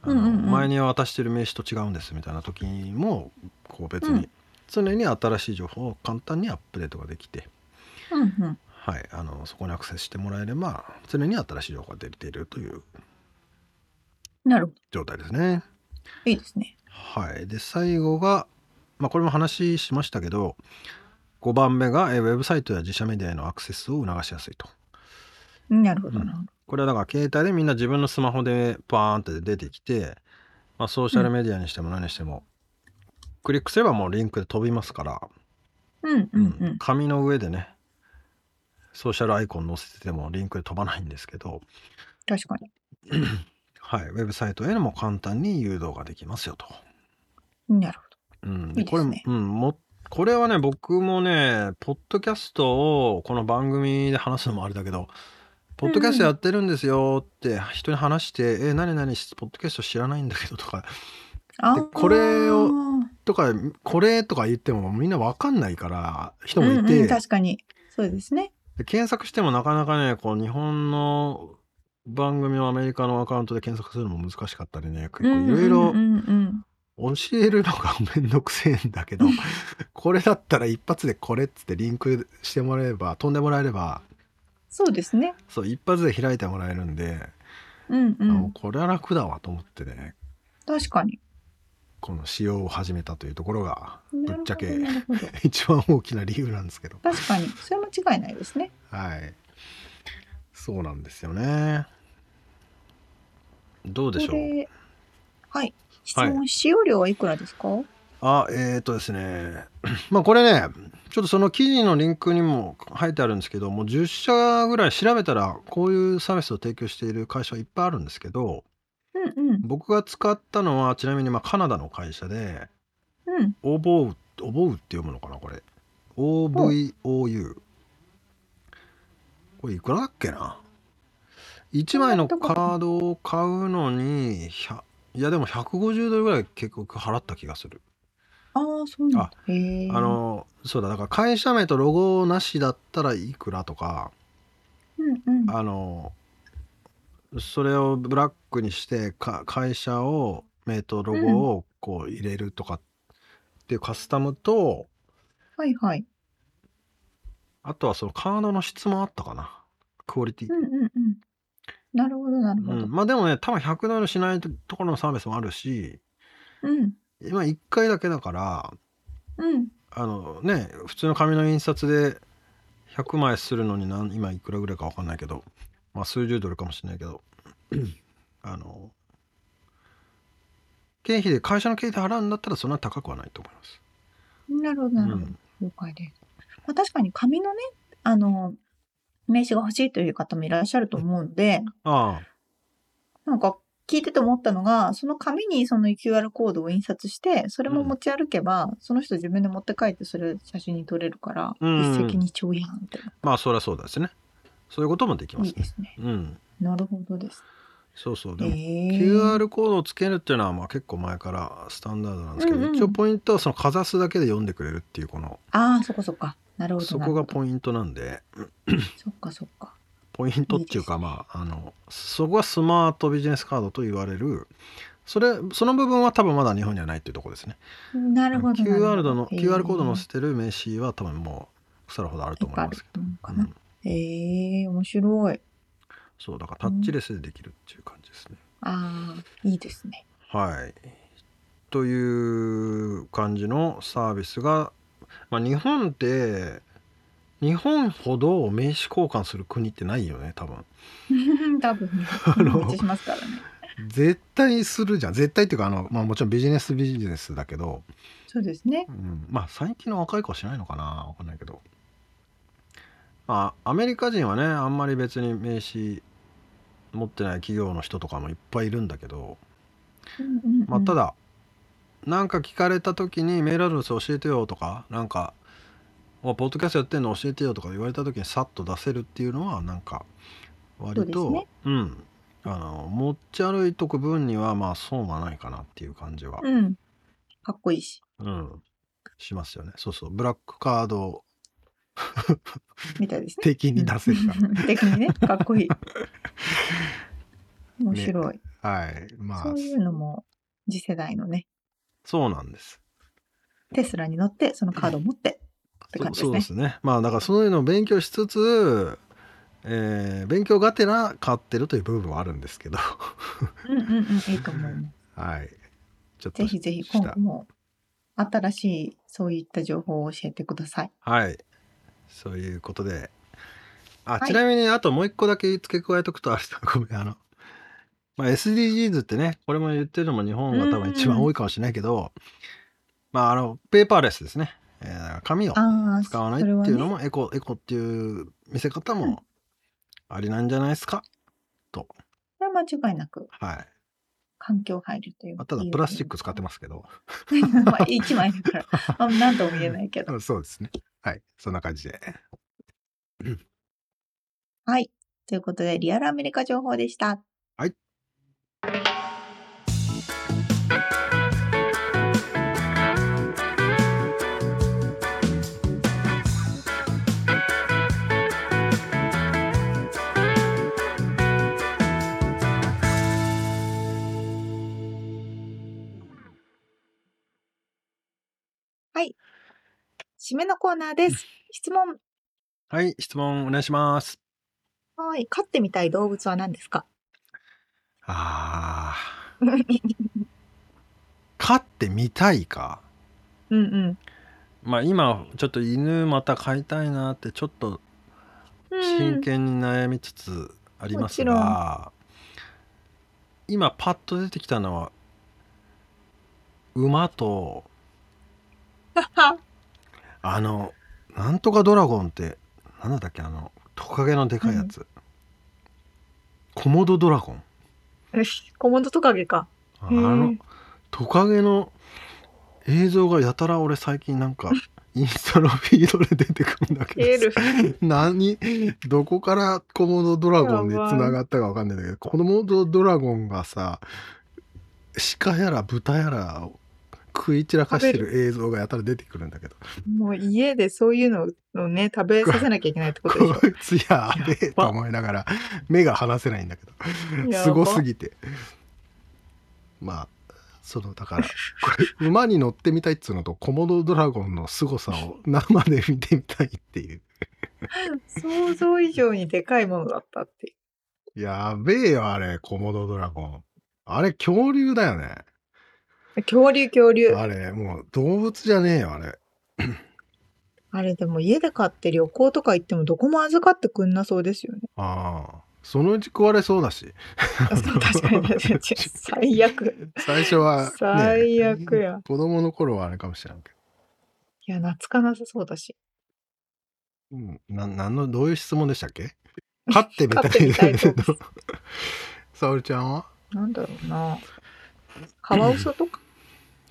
[SPEAKER 3] あの、
[SPEAKER 1] うんうんうん
[SPEAKER 3] 前に渡してる名刺と違うんですみたいな時もこう別
[SPEAKER 1] う
[SPEAKER 3] に、
[SPEAKER 1] ん
[SPEAKER 3] 常に新しい情報を簡単にアップデートができて、
[SPEAKER 1] うんうん。
[SPEAKER 3] はい、あのそこにアクセスしてもらえれば常に新しい情報が出ているという
[SPEAKER 1] なるほど。
[SPEAKER 3] 状態ですね。
[SPEAKER 1] いいですね。
[SPEAKER 3] はい、で最後が、まあ、これも話しましたけど5番目がえーウェブサイトや自社メディアへのアクセスを促しやすいと
[SPEAKER 1] なるほどなるほど。
[SPEAKER 3] これはだから携帯でみんな自分のスマホでバーンって出てきて、まあ、ソーシャルメディアにしても何にしても、クリックすればもうリンクで飛びますから、
[SPEAKER 1] うんうんうん。
[SPEAKER 3] 紙の上でねソーシャルアイコン載せててもリンクで飛ばないんですけど、
[SPEAKER 1] 確かに。
[SPEAKER 3] はい、ウェブサイトへのも簡単に誘導ができますよと。
[SPEAKER 1] なるほ
[SPEAKER 3] うん、で
[SPEAKER 1] いいですね
[SPEAKER 3] これ、うん、もこれはね、僕もね、ポッドキャストをこの番組で話すのもあれだけど、ポッドキャストやってるんですよって人に話して、え、何々、ポッドキャスト知らないんだけどとか、
[SPEAKER 1] あ
[SPEAKER 3] これを
[SPEAKER 1] ー
[SPEAKER 3] とか、これとか言ってもみんなわかんないから、人
[SPEAKER 1] う
[SPEAKER 3] もいて、
[SPEAKER 1] んうん、確かにそうですね
[SPEAKER 3] で検索してもなかなかね、こう日本の番組をアメリカのアカウントで検索するのも難しかったりね、結構いろいろ
[SPEAKER 1] うんうんうん
[SPEAKER 3] 教えるのがめんどくせえん だけど、これだったら一発でこれっつってリンクしてもらえれば、飛んでもらえれば、
[SPEAKER 1] そうですね
[SPEAKER 3] そう、一発で開いてもらえるんで、
[SPEAKER 1] うんう
[SPEAKER 3] あもうんこれは楽だわと思ってね、
[SPEAKER 1] 確かに
[SPEAKER 3] この使用を始めたというところが、 ぶっちゃけ
[SPEAKER 1] なるほどなるほ
[SPEAKER 3] 一番大きな理由なんですけど。
[SPEAKER 1] ど確かにそれは間違いないですね
[SPEAKER 3] はい。そうなんですよね。どうでしょう。
[SPEAKER 1] これはい質問使用料はいくらですか、
[SPEAKER 3] あ、えっ、ー、とですね。 まあこれね、ちょっとその記事のリンクにも書いてあるんですけど、もう10社ぐらい調べたら、こういうサービスを提供している会社はいっぱいあるんですけど、
[SPEAKER 1] うんうん
[SPEAKER 3] 僕が使ったのは、ちなみにまあカナダの会社で、
[SPEAKER 1] うん
[SPEAKER 3] オボウ、オボウって読むのかな、これ。OVOU。これいくらだっけな ?1 枚のカードを買うのに、100いやでも150ドルぐらい結局払った気がする。
[SPEAKER 1] ああそうなんだへえ
[SPEAKER 3] あのそうだだから会社名とロゴなしだったらいくらとか
[SPEAKER 1] うんうん
[SPEAKER 3] あのそれをブラックにしてか会社を名とロゴをこう入れるとかっていうカスタムと、
[SPEAKER 1] はいはい
[SPEAKER 3] あとはそのカードの質もあったかなクオリティ
[SPEAKER 1] う、んうんうんなるほどなる
[SPEAKER 3] う
[SPEAKER 1] ほ
[SPEAKER 3] ん
[SPEAKER 1] ど
[SPEAKER 3] まあでもね多分100ドルしないところのサービスもあるし
[SPEAKER 1] うん
[SPEAKER 3] 今1回だけだから
[SPEAKER 1] うん
[SPEAKER 3] あのね普通の紙の印刷で100枚するのに何今いくらぐらいか分かんないけど、まあ、数十ドルかもしれないけど あの経費で会社の経費で払うんだったらそんな高くはないと思います。
[SPEAKER 1] なるほどなるほど、
[SPEAKER 3] うん
[SPEAKER 1] 了解です、まあ、確かに紙のねあの名刺が欲しいという方もいらっしゃると思うので、
[SPEAKER 3] あ
[SPEAKER 1] なんか聞いてて思ったのが、その紙にその QR コードを印刷して、それも持ち歩けば、その人自分で持って帰ってそれ写真に撮れるから、
[SPEAKER 3] うんうん
[SPEAKER 1] 一石二鳥やんって。
[SPEAKER 3] あまあそりゃそうですね。そういうこともできま
[SPEAKER 1] いい
[SPEAKER 3] す
[SPEAKER 1] で
[SPEAKER 3] ね。
[SPEAKER 1] すね。
[SPEAKER 3] うん。
[SPEAKER 1] なるほどです。
[SPEAKER 3] そうそう。でも、
[SPEAKER 1] QR
[SPEAKER 3] QR コードをつけるっていうのはまあ結構前からスタンダードなんですけど、
[SPEAKER 1] うんうん
[SPEAKER 3] 一応ポイントはそのかざすだけで読んでくれるっていうこの
[SPEAKER 1] ああ、そこそこか。なるほど。
[SPEAKER 3] そこが
[SPEAKER 1] イン
[SPEAKER 3] ポイントなんで。
[SPEAKER 1] ト。そっかそっか。
[SPEAKER 3] ポイントっていうかまああのそこはスマートビジネスカードと言われるそれその部分は多分まだ日本にはないっていうところですね
[SPEAKER 1] なるほどなるほ
[SPEAKER 3] QR
[SPEAKER 1] ど。
[SPEAKER 3] の QR コード載せてる名刺は多分もう腐るほどある
[SPEAKER 1] と
[SPEAKER 3] と思い
[SPEAKER 1] かあ
[SPEAKER 3] ま
[SPEAKER 1] る
[SPEAKER 3] すけ
[SPEAKER 1] と思うか
[SPEAKER 3] ど、
[SPEAKER 1] な。
[SPEAKER 3] うん
[SPEAKER 1] ええー、面白い。
[SPEAKER 3] そうだからタッチレスでできるっていう感じですね、
[SPEAKER 1] ああ、いいですね。
[SPEAKER 3] はいという感じのサービスが、まあ、日本って日本ほど名刺交換する国ってないよね多分
[SPEAKER 1] 多分ね、
[SPEAKER 3] の
[SPEAKER 1] お持ちしますからね。
[SPEAKER 3] 絶対するじゃん絶対っていうかあの、まあ、もちろんビジネスビジネスだけど
[SPEAKER 1] そうですね
[SPEAKER 3] う。ん、まあ最近の若い子はしないのかなわかんないけどまあアメリカ人はねあんまり別に名刺持ってない企業の人とかもいっぱいいるんだけど、
[SPEAKER 1] うんうんうん
[SPEAKER 3] まあ、ただなんか聞かれた時にメールアドレス教えてよとかなんか「おポッドキャストやってんの教えてよ」とか言われた時にさっと出せるっていうのはなんか割
[SPEAKER 1] そ
[SPEAKER 3] と
[SPEAKER 1] うですね
[SPEAKER 3] うんあの持ち歩いとく分にはまあ損はないかなっていう感じは、
[SPEAKER 1] うん。かっこいいし、
[SPEAKER 3] うん、しますよねそうそうブラックカード
[SPEAKER 1] みたいですね。
[SPEAKER 3] 的に出せるか
[SPEAKER 1] うん的にね、かっこいい。面白い。
[SPEAKER 3] ら。はい。まあ
[SPEAKER 1] そ
[SPEAKER 3] そう
[SPEAKER 1] いうのも次世代のね、
[SPEAKER 3] うなんです。
[SPEAKER 1] テスラに乗ってそのカードを持ってって感じ
[SPEAKER 3] そうそう
[SPEAKER 1] で
[SPEAKER 3] です
[SPEAKER 1] ね。
[SPEAKER 3] すね。まあだからそういうのを勉強しつつ、えー勉強がてら買ってるという部分はあるんですけど、
[SPEAKER 1] うんうんうん、いいと思います。
[SPEAKER 3] はい。ちょっと
[SPEAKER 1] ぜひぜひ
[SPEAKER 3] し
[SPEAKER 1] 今
[SPEAKER 3] た
[SPEAKER 1] 後も新しいそういった情報を教えてください。
[SPEAKER 3] はい。そういうことで。あ、
[SPEAKER 1] はい
[SPEAKER 3] ちなみにあともう一個だけ付け加えとくとあれだ ごめんあの、まあ、SDGs ってねこれも言ってるのも日本が多分一番多いかもしれないけど、まああのペーパーレスですね、えーだから紙を
[SPEAKER 1] ああ、
[SPEAKER 3] 使わないっ
[SPEAKER 1] それは
[SPEAKER 3] ていうの
[SPEAKER 1] ね、
[SPEAKER 3] もエコ、エコっていう見せ方もありなんじゃないですか、
[SPEAKER 1] それは間違いなく
[SPEAKER 3] はい
[SPEAKER 1] 環境配慮という
[SPEAKER 3] まあ、ただプラスチック使ってますけど。
[SPEAKER 1] す。 まあ、一枚だから、まあ、なんとも言えないけど。
[SPEAKER 3] そうですね。はい。そんな感じで。
[SPEAKER 1] はい。ということで、リアルアメリカ情報でした。
[SPEAKER 3] はい。
[SPEAKER 1] 締めのコーナー です。質問。
[SPEAKER 3] はい。質問お願いします。
[SPEAKER 1] はい。飼ってみたい動物は何ですか
[SPEAKER 3] ああ。
[SPEAKER 1] うん
[SPEAKER 3] 飼ってみたいか。
[SPEAKER 1] うん。
[SPEAKER 3] まあ今、ちょっと犬また飼いたいなって、ちょっと真剣に悩みつつありますが、今パッと出てきたのは馬 とあのなんとかドラゴンってなんだっけあのトカゲのでかいやつ、コモドドラゴン
[SPEAKER 1] うん。コモンドトカゲか。
[SPEAKER 3] あ
[SPEAKER 1] へー
[SPEAKER 3] のトカゲの映像がやたら俺最近なん かインスタのフィードで出てくるんだけど
[SPEAKER 1] エルフ。
[SPEAKER 5] 何どこからコモドドラゴンに繋がったかわかんないんだけどコモドドラゴンがさ鹿やら豚やらを食い散らかしてる映像がやたら出てくるんだけど
[SPEAKER 1] もう家でそういうのをね、食べさせなきゃいけないってことでし
[SPEAKER 5] こいつやべえと思いながら目が離せないんだけど
[SPEAKER 1] ょ。
[SPEAKER 5] すごす
[SPEAKER 1] ぎ。
[SPEAKER 5] ぎてまあそのだからこれ馬に乗ってみたいっつうのとコモドドラゴンの凄さを生で見てみたいっていう
[SPEAKER 1] 想像以上にでかいものだったっていう。
[SPEAKER 5] やべえよあれコモドドラゴンあれ恐竜だよね
[SPEAKER 1] 恐竜恐竜。
[SPEAKER 5] あれもう動物じゃねえよあれ
[SPEAKER 1] あれでも家で買って旅行とか行ってもどこも預かってくんなそうですよ ね。
[SPEAKER 5] ああそのうち食われそうだし
[SPEAKER 1] そう確かに確かに最悪。
[SPEAKER 5] 最初は、ね、
[SPEAKER 1] 最悪や
[SPEAKER 5] 子供の頃はあれかもしれないけ
[SPEAKER 1] いや、懐かなさそう だし。
[SPEAKER 5] ど、うん、ななんのどういう質問でしたっけ飼ってみたい
[SPEAKER 1] 飼ってみたい動物
[SPEAKER 5] 沙織ちゃんは
[SPEAKER 1] なんだろうな。カワウソとか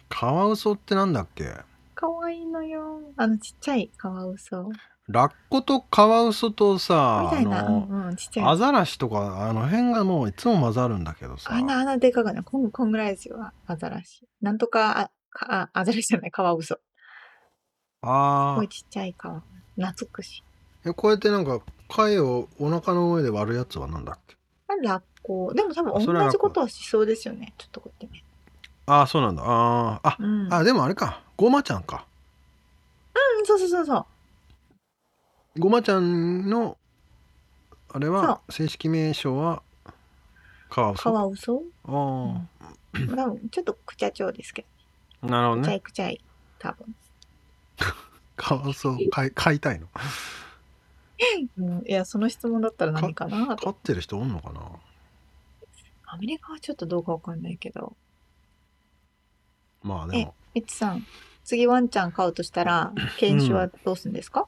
[SPEAKER 5] カワウソってなんだっけ
[SPEAKER 1] かわいいのよ。あのちっちゃいカワウソ。
[SPEAKER 5] ラッコとカワウソと
[SPEAKER 1] み
[SPEAKER 5] さ
[SPEAKER 1] た
[SPEAKER 5] あ
[SPEAKER 1] いな。
[SPEAKER 5] の、
[SPEAKER 1] うんうん。ちっちゃい。
[SPEAKER 3] アザラシとかあの辺がもういつも混ざるんだけどさ
[SPEAKER 1] あんな、あんなでかくない。こん、こんぐらいですよ。あアザラシ。なんとか、あ、かあアザラシじゃない、カワウソ。
[SPEAKER 3] あ
[SPEAKER 1] こう
[SPEAKER 3] ー
[SPEAKER 1] いうちっちゃいカワウソ。懐くし。
[SPEAKER 5] えこうやってなんか貝をお腹の上で割るやつはなんだっけ
[SPEAKER 1] あラッコ。でも多
[SPEAKER 3] あ
[SPEAKER 1] 分
[SPEAKER 3] それ
[SPEAKER 1] 同
[SPEAKER 3] はラ
[SPEAKER 1] じ
[SPEAKER 3] ッコ
[SPEAKER 1] ことはしそうですよね。ちょっとこうやってね。
[SPEAKER 3] あーそうなんだあーあ
[SPEAKER 1] うん。
[SPEAKER 3] あでもあれかごまちゃんか
[SPEAKER 1] うん、そうそうそうそう。
[SPEAKER 3] ごまちゃんのあれは正式名称はカワウ
[SPEAKER 1] カ
[SPEAKER 3] ソあ
[SPEAKER 1] ワウソ
[SPEAKER 3] あー
[SPEAKER 1] 多分ちょっとくちゃちょうですけ
[SPEAKER 3] なるほど
[SPEAKER 1] ど、くちゃ
[SPEAKER 3] ね
[SPEAKER 1] いくちゃい、多分。
[SPEAKER 5] カワウソ飼い飼いたいの
[SPEAKER 1] うん、いや、その質問だったら何かな
[SPEAKER 3] 飼ってる人おんのかな
[SPEAKER 1] アメリカはちょっとどうかわかんないけど。
[SPEAKER 3] まあでも
[SPEAKER 1] エッチさん、次ワンちゃん飼うとしたら、犬種はどうするんですか、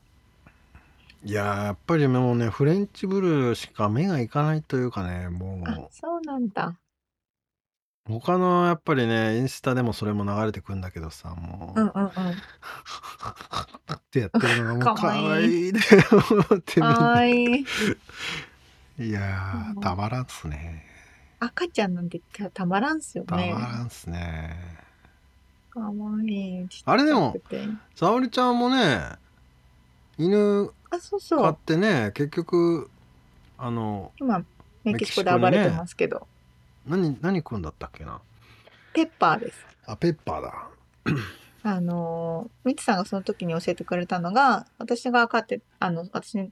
[SPEAKER 3] いやーやっぱりもうねフレンチブルしか目がいかないというかね
[SPEAKER 1] あ
[SPEAKER 3] も、
[SPEAKER 1] そうなんだ。
[SPEAKER 3] う他のやっぱりねインスタでもそれも流れてくんだけどさもう、
[SPEAKER 1] うんうんうん。
[SPEAKER 5] ってやってるのがもう
[SPEAKER 1] か
[SPEAKER 5] か
[SPEAKER 1] わいい
[SPEAKER 5] わいいね思ってみん
[SPEAKER 1] か
[SPEAKER 5] な
[SPEAKER 1] わいい。
[SPEAKER 5] いや
[SPEAKER 1] うん
[SPEAKER 5] ーたまらんっすね
[SPEAKER 1] 赤ちゃんなんてたたまらんっすよ
[SPEAKER 5] たま
[SPEAKER 1] ね。
[SPEAKER 5] らんっすね
[SPEAKER 1] かわいい。ちっちゃくて
[SPEAKER 3] あれでも。沙織ちゃんもね犬
[SPEAKER 1] あ、そう
[SPEAKER 3] 飼
[SPEAKER 1] そ
[SPEAKER 3] っ
[SPEAKER 1] う。
[SPEAKER 3] てね結局あの
[SPEAKER 1] 今、メキシコで暴れてますけど。
[SPEAKER 3] 何何くんだったっけな
[SPEAKER 1] ペッパーです。
[SPEAKER 5] あペッパーだ
[SPEAKER 1] あのー、みつさんがその時に教えてくれたのが、私が飼って、あの、私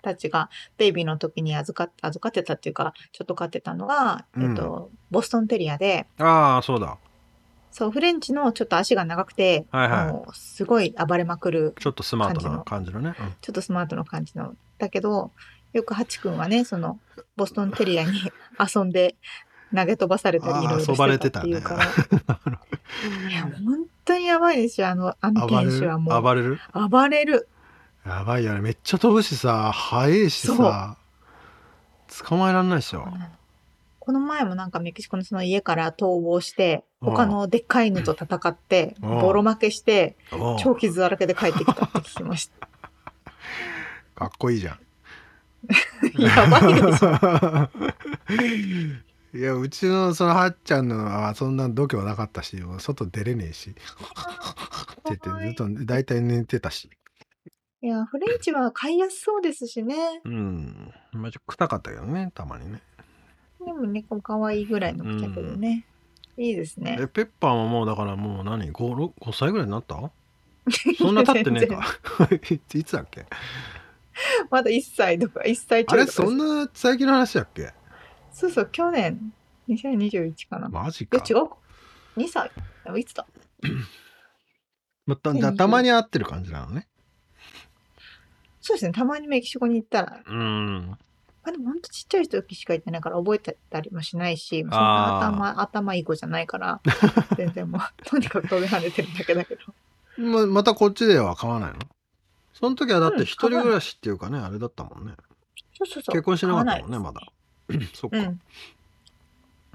[SPEAKER 1] たちがベイビーの時に預かっ預かってたっていうか、ちょっと飼ってたのが、
[SPEAKER 3] うん
[SPEAKER 1] えっと、ボストンテリアで、
[SPEAKER 3] ああそうだ
[SPEAKER 1] そう、フレンチのちょっと足が長くて、
[SPEAKER 3] はいはい
[SPEAKER 1] あのすごい暴れまくる、
[SPEAKER 3] ちょっとスマートな感じのね、うん
[SPEAKER 1] ちょっとスマートな感じの、だけど、よくハチ君はね、その、ボストンテリアに遊んで、投げ飛ばされたり、いろいろ
[SPEAKER 3] あー遊ばれ
[SPEAKER 1] して
[SPEAKER 3] て
[SPEAKER 1] た
[SPEAKER 3] た
[SPEAKER 1] って
[SPEAKER 3] ね
[SPEAKER 1] いうから。いや、本当にやばいですよ、あの、あの
[SPEAKER 5] 暴れ
[SPEAKER 1] 犬種
[SPEAKER 5] る
[SPEAKER 1] はもう。
[SPEAKER 3] 暴れる
[SPEAKER 1] 暴れる。
[SPEAKER 5] やばいよねめっちゃ飛ぶしさ速いしさ捕まえらんないっしょ
[SPEAKER 1] ここの前もなんかメキシコのその家から逃亡して、
[SPEAKER 3] ああ
[SPEAKER 1] 他のでっかい犬と戦って、
[SPEAKER 3] ああ
[SPEAKER 1] ボロ負けして、
[SPEAKER 3] おう
[SPEAKER 1] 超傷だらけで帰ってきたって聞きま した。
[SPEAKER 5] かっこいいじゃん。
[SPEAKER 1] やばいでしょ。
[SPEAKER 5] いやうちのそのはっちゃんのはそんな度胸なかったしもう外出れねえしって言ってずっと大体寝てたし
[SPEAKER 1] いや、フレンチは飼いやすそうですしね。
[SPEAKER 3] うんまあちょっと臭かったけどねたまにね
[SPEAKER 1] でも猫可愛いぐらいの子だけどね。いいですね
[SPEAKER 3] え。ペッパーももうだからもう何 5, 5歳ぐらいにな ったそんな経ってねえか
[SPEAKER 5] いつだっけ
[SPEAKER 1] まだ1歳とか、1歳ち
[SPEAKER 5] あ
[SPEAKER 1] ょい
[SPEAKER 5] れ
[SPEAKER 1] とか
[SPEAKER 5] そ
[SPEAKER 1] です
[SPEAKER 5] んな最近の話だっけ
[SPEAKER 1] そうそう、去年、2021かな。い
[SPEAKER 5] マジか
[SPEAKER 1] や、違うか。2歳。いつだ
[SPEAKER 5] まただたまに合ってる感じなのね
[SPEAKER 1] そうですね、たまにメキシコに行ったら、
[SPEAKER 3] うん
[SPEAKER 1] まあ、でも本当ちっちゃい時しか行ってないから覚えてたりもしないし、そんな
[SPEAKER 3] あー
[SPEAKER 1] 頭、頭いい子じゃない から、全然もう、とにかく飛び跳ねてるだけだけど。
[SPEAKER 5] ままたこっちでは買わないの
[SPEAKER 3] その時はだっ
[SPEAKER 1] うん
[SPEAKER 3] て一人暮らしっていうかね、あれだったもんね
[SPEAKER 1] そうそうそう。
[SPEAKER 3] 結婚してなかったもんね
[SPEAKER 1] 買
[SPEAKER 3] ま
[SPEAKER 1] わ
[SPEAKER 3] だそっか
[SPEAKER 1] ないうで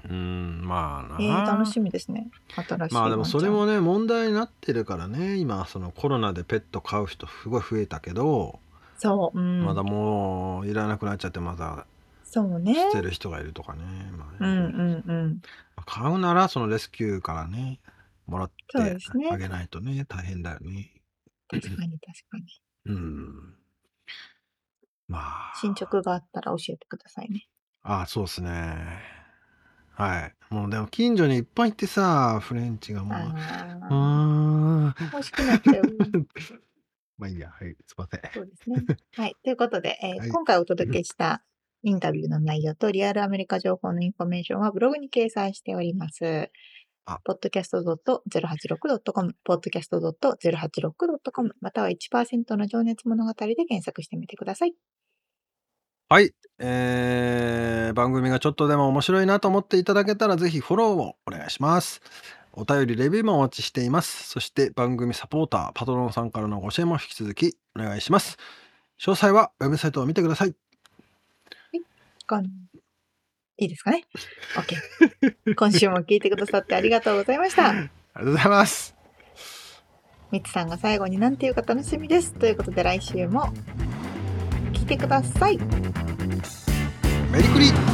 [SPEAKER 1] す。
[SPEAKER 3] んまあな
[SPEAKER 1] うん。えー、楽しみですね。新しい。
[SPEAKER 3] まあでもそれ。もね問題になってるからね今そのコロナでペット飼う人すごい増えたけど、
[SPEAKER 1] そう、うん。
[SPEAKER 3] まだもういらなくなっちゃってまだ
[SPEAKER 1] そうね。
[SPEAKER 3] 捨てる人がいるとかね,、まあ
[SPEAKER 1] う
[SPEAKER 3] ね
[SPEAKER 1] んうんうん。
[SPEAKER 3] 買うならそのレスキューからねもらっ
[SPEAKER 1] そう
[SPEAKER 3] て
[SPEAKER 1] ですね
[SPEAKER 3] あげないとね大変だよね
[SPEAKER 1] 確かに確かに。
[SPEAKER 3] うんまあ
[SPEAKER 1] 進捗があったら教えてくださいね。
[SPEAKER 3] あそうですねはいもうでも近所にいっぱいいてさフレンチがもううー
[SPEAKER 1] あ
[SPEAKER 3] ん
[SPEAKER 1] あ。欲しくなっちゃう。
[SPEAKER 5] まあいいやはいすいません
[SPEAKER 1] そうですね。はい。ということで、えー
[SPEAKER 5] はい
[SPEAKER 1] 今回お届けしたインタビューの内容とリアルアメリカ情報のインフォメーションはブログに掲載しております
[SPEAKER 3] あ。
[SPEAKER 1] podcast.086.com、podcast.086.com、または1%の情熱物語で検索してみてください。
[SPEAKER 3] はい、えー番組がちょっとでも面白いなと思っていただけたらぜひフォローをお願いしますお便りレビューもお待ちしていますそして番組サポーターパトロンさんからのご支援も引き続きお願いします詳細はウェブサイトを見てください
[SPEAKER 1] こんいいですかね ?OK。今週も聞いてくださってありがとうございました。
[SPEAKER 5] ありがとうございます
[SPEAKER 1] みつさんが最後に何て言うか楽しみです。ということで来週も聞いてください。
[SPEAKER 3] メリクリ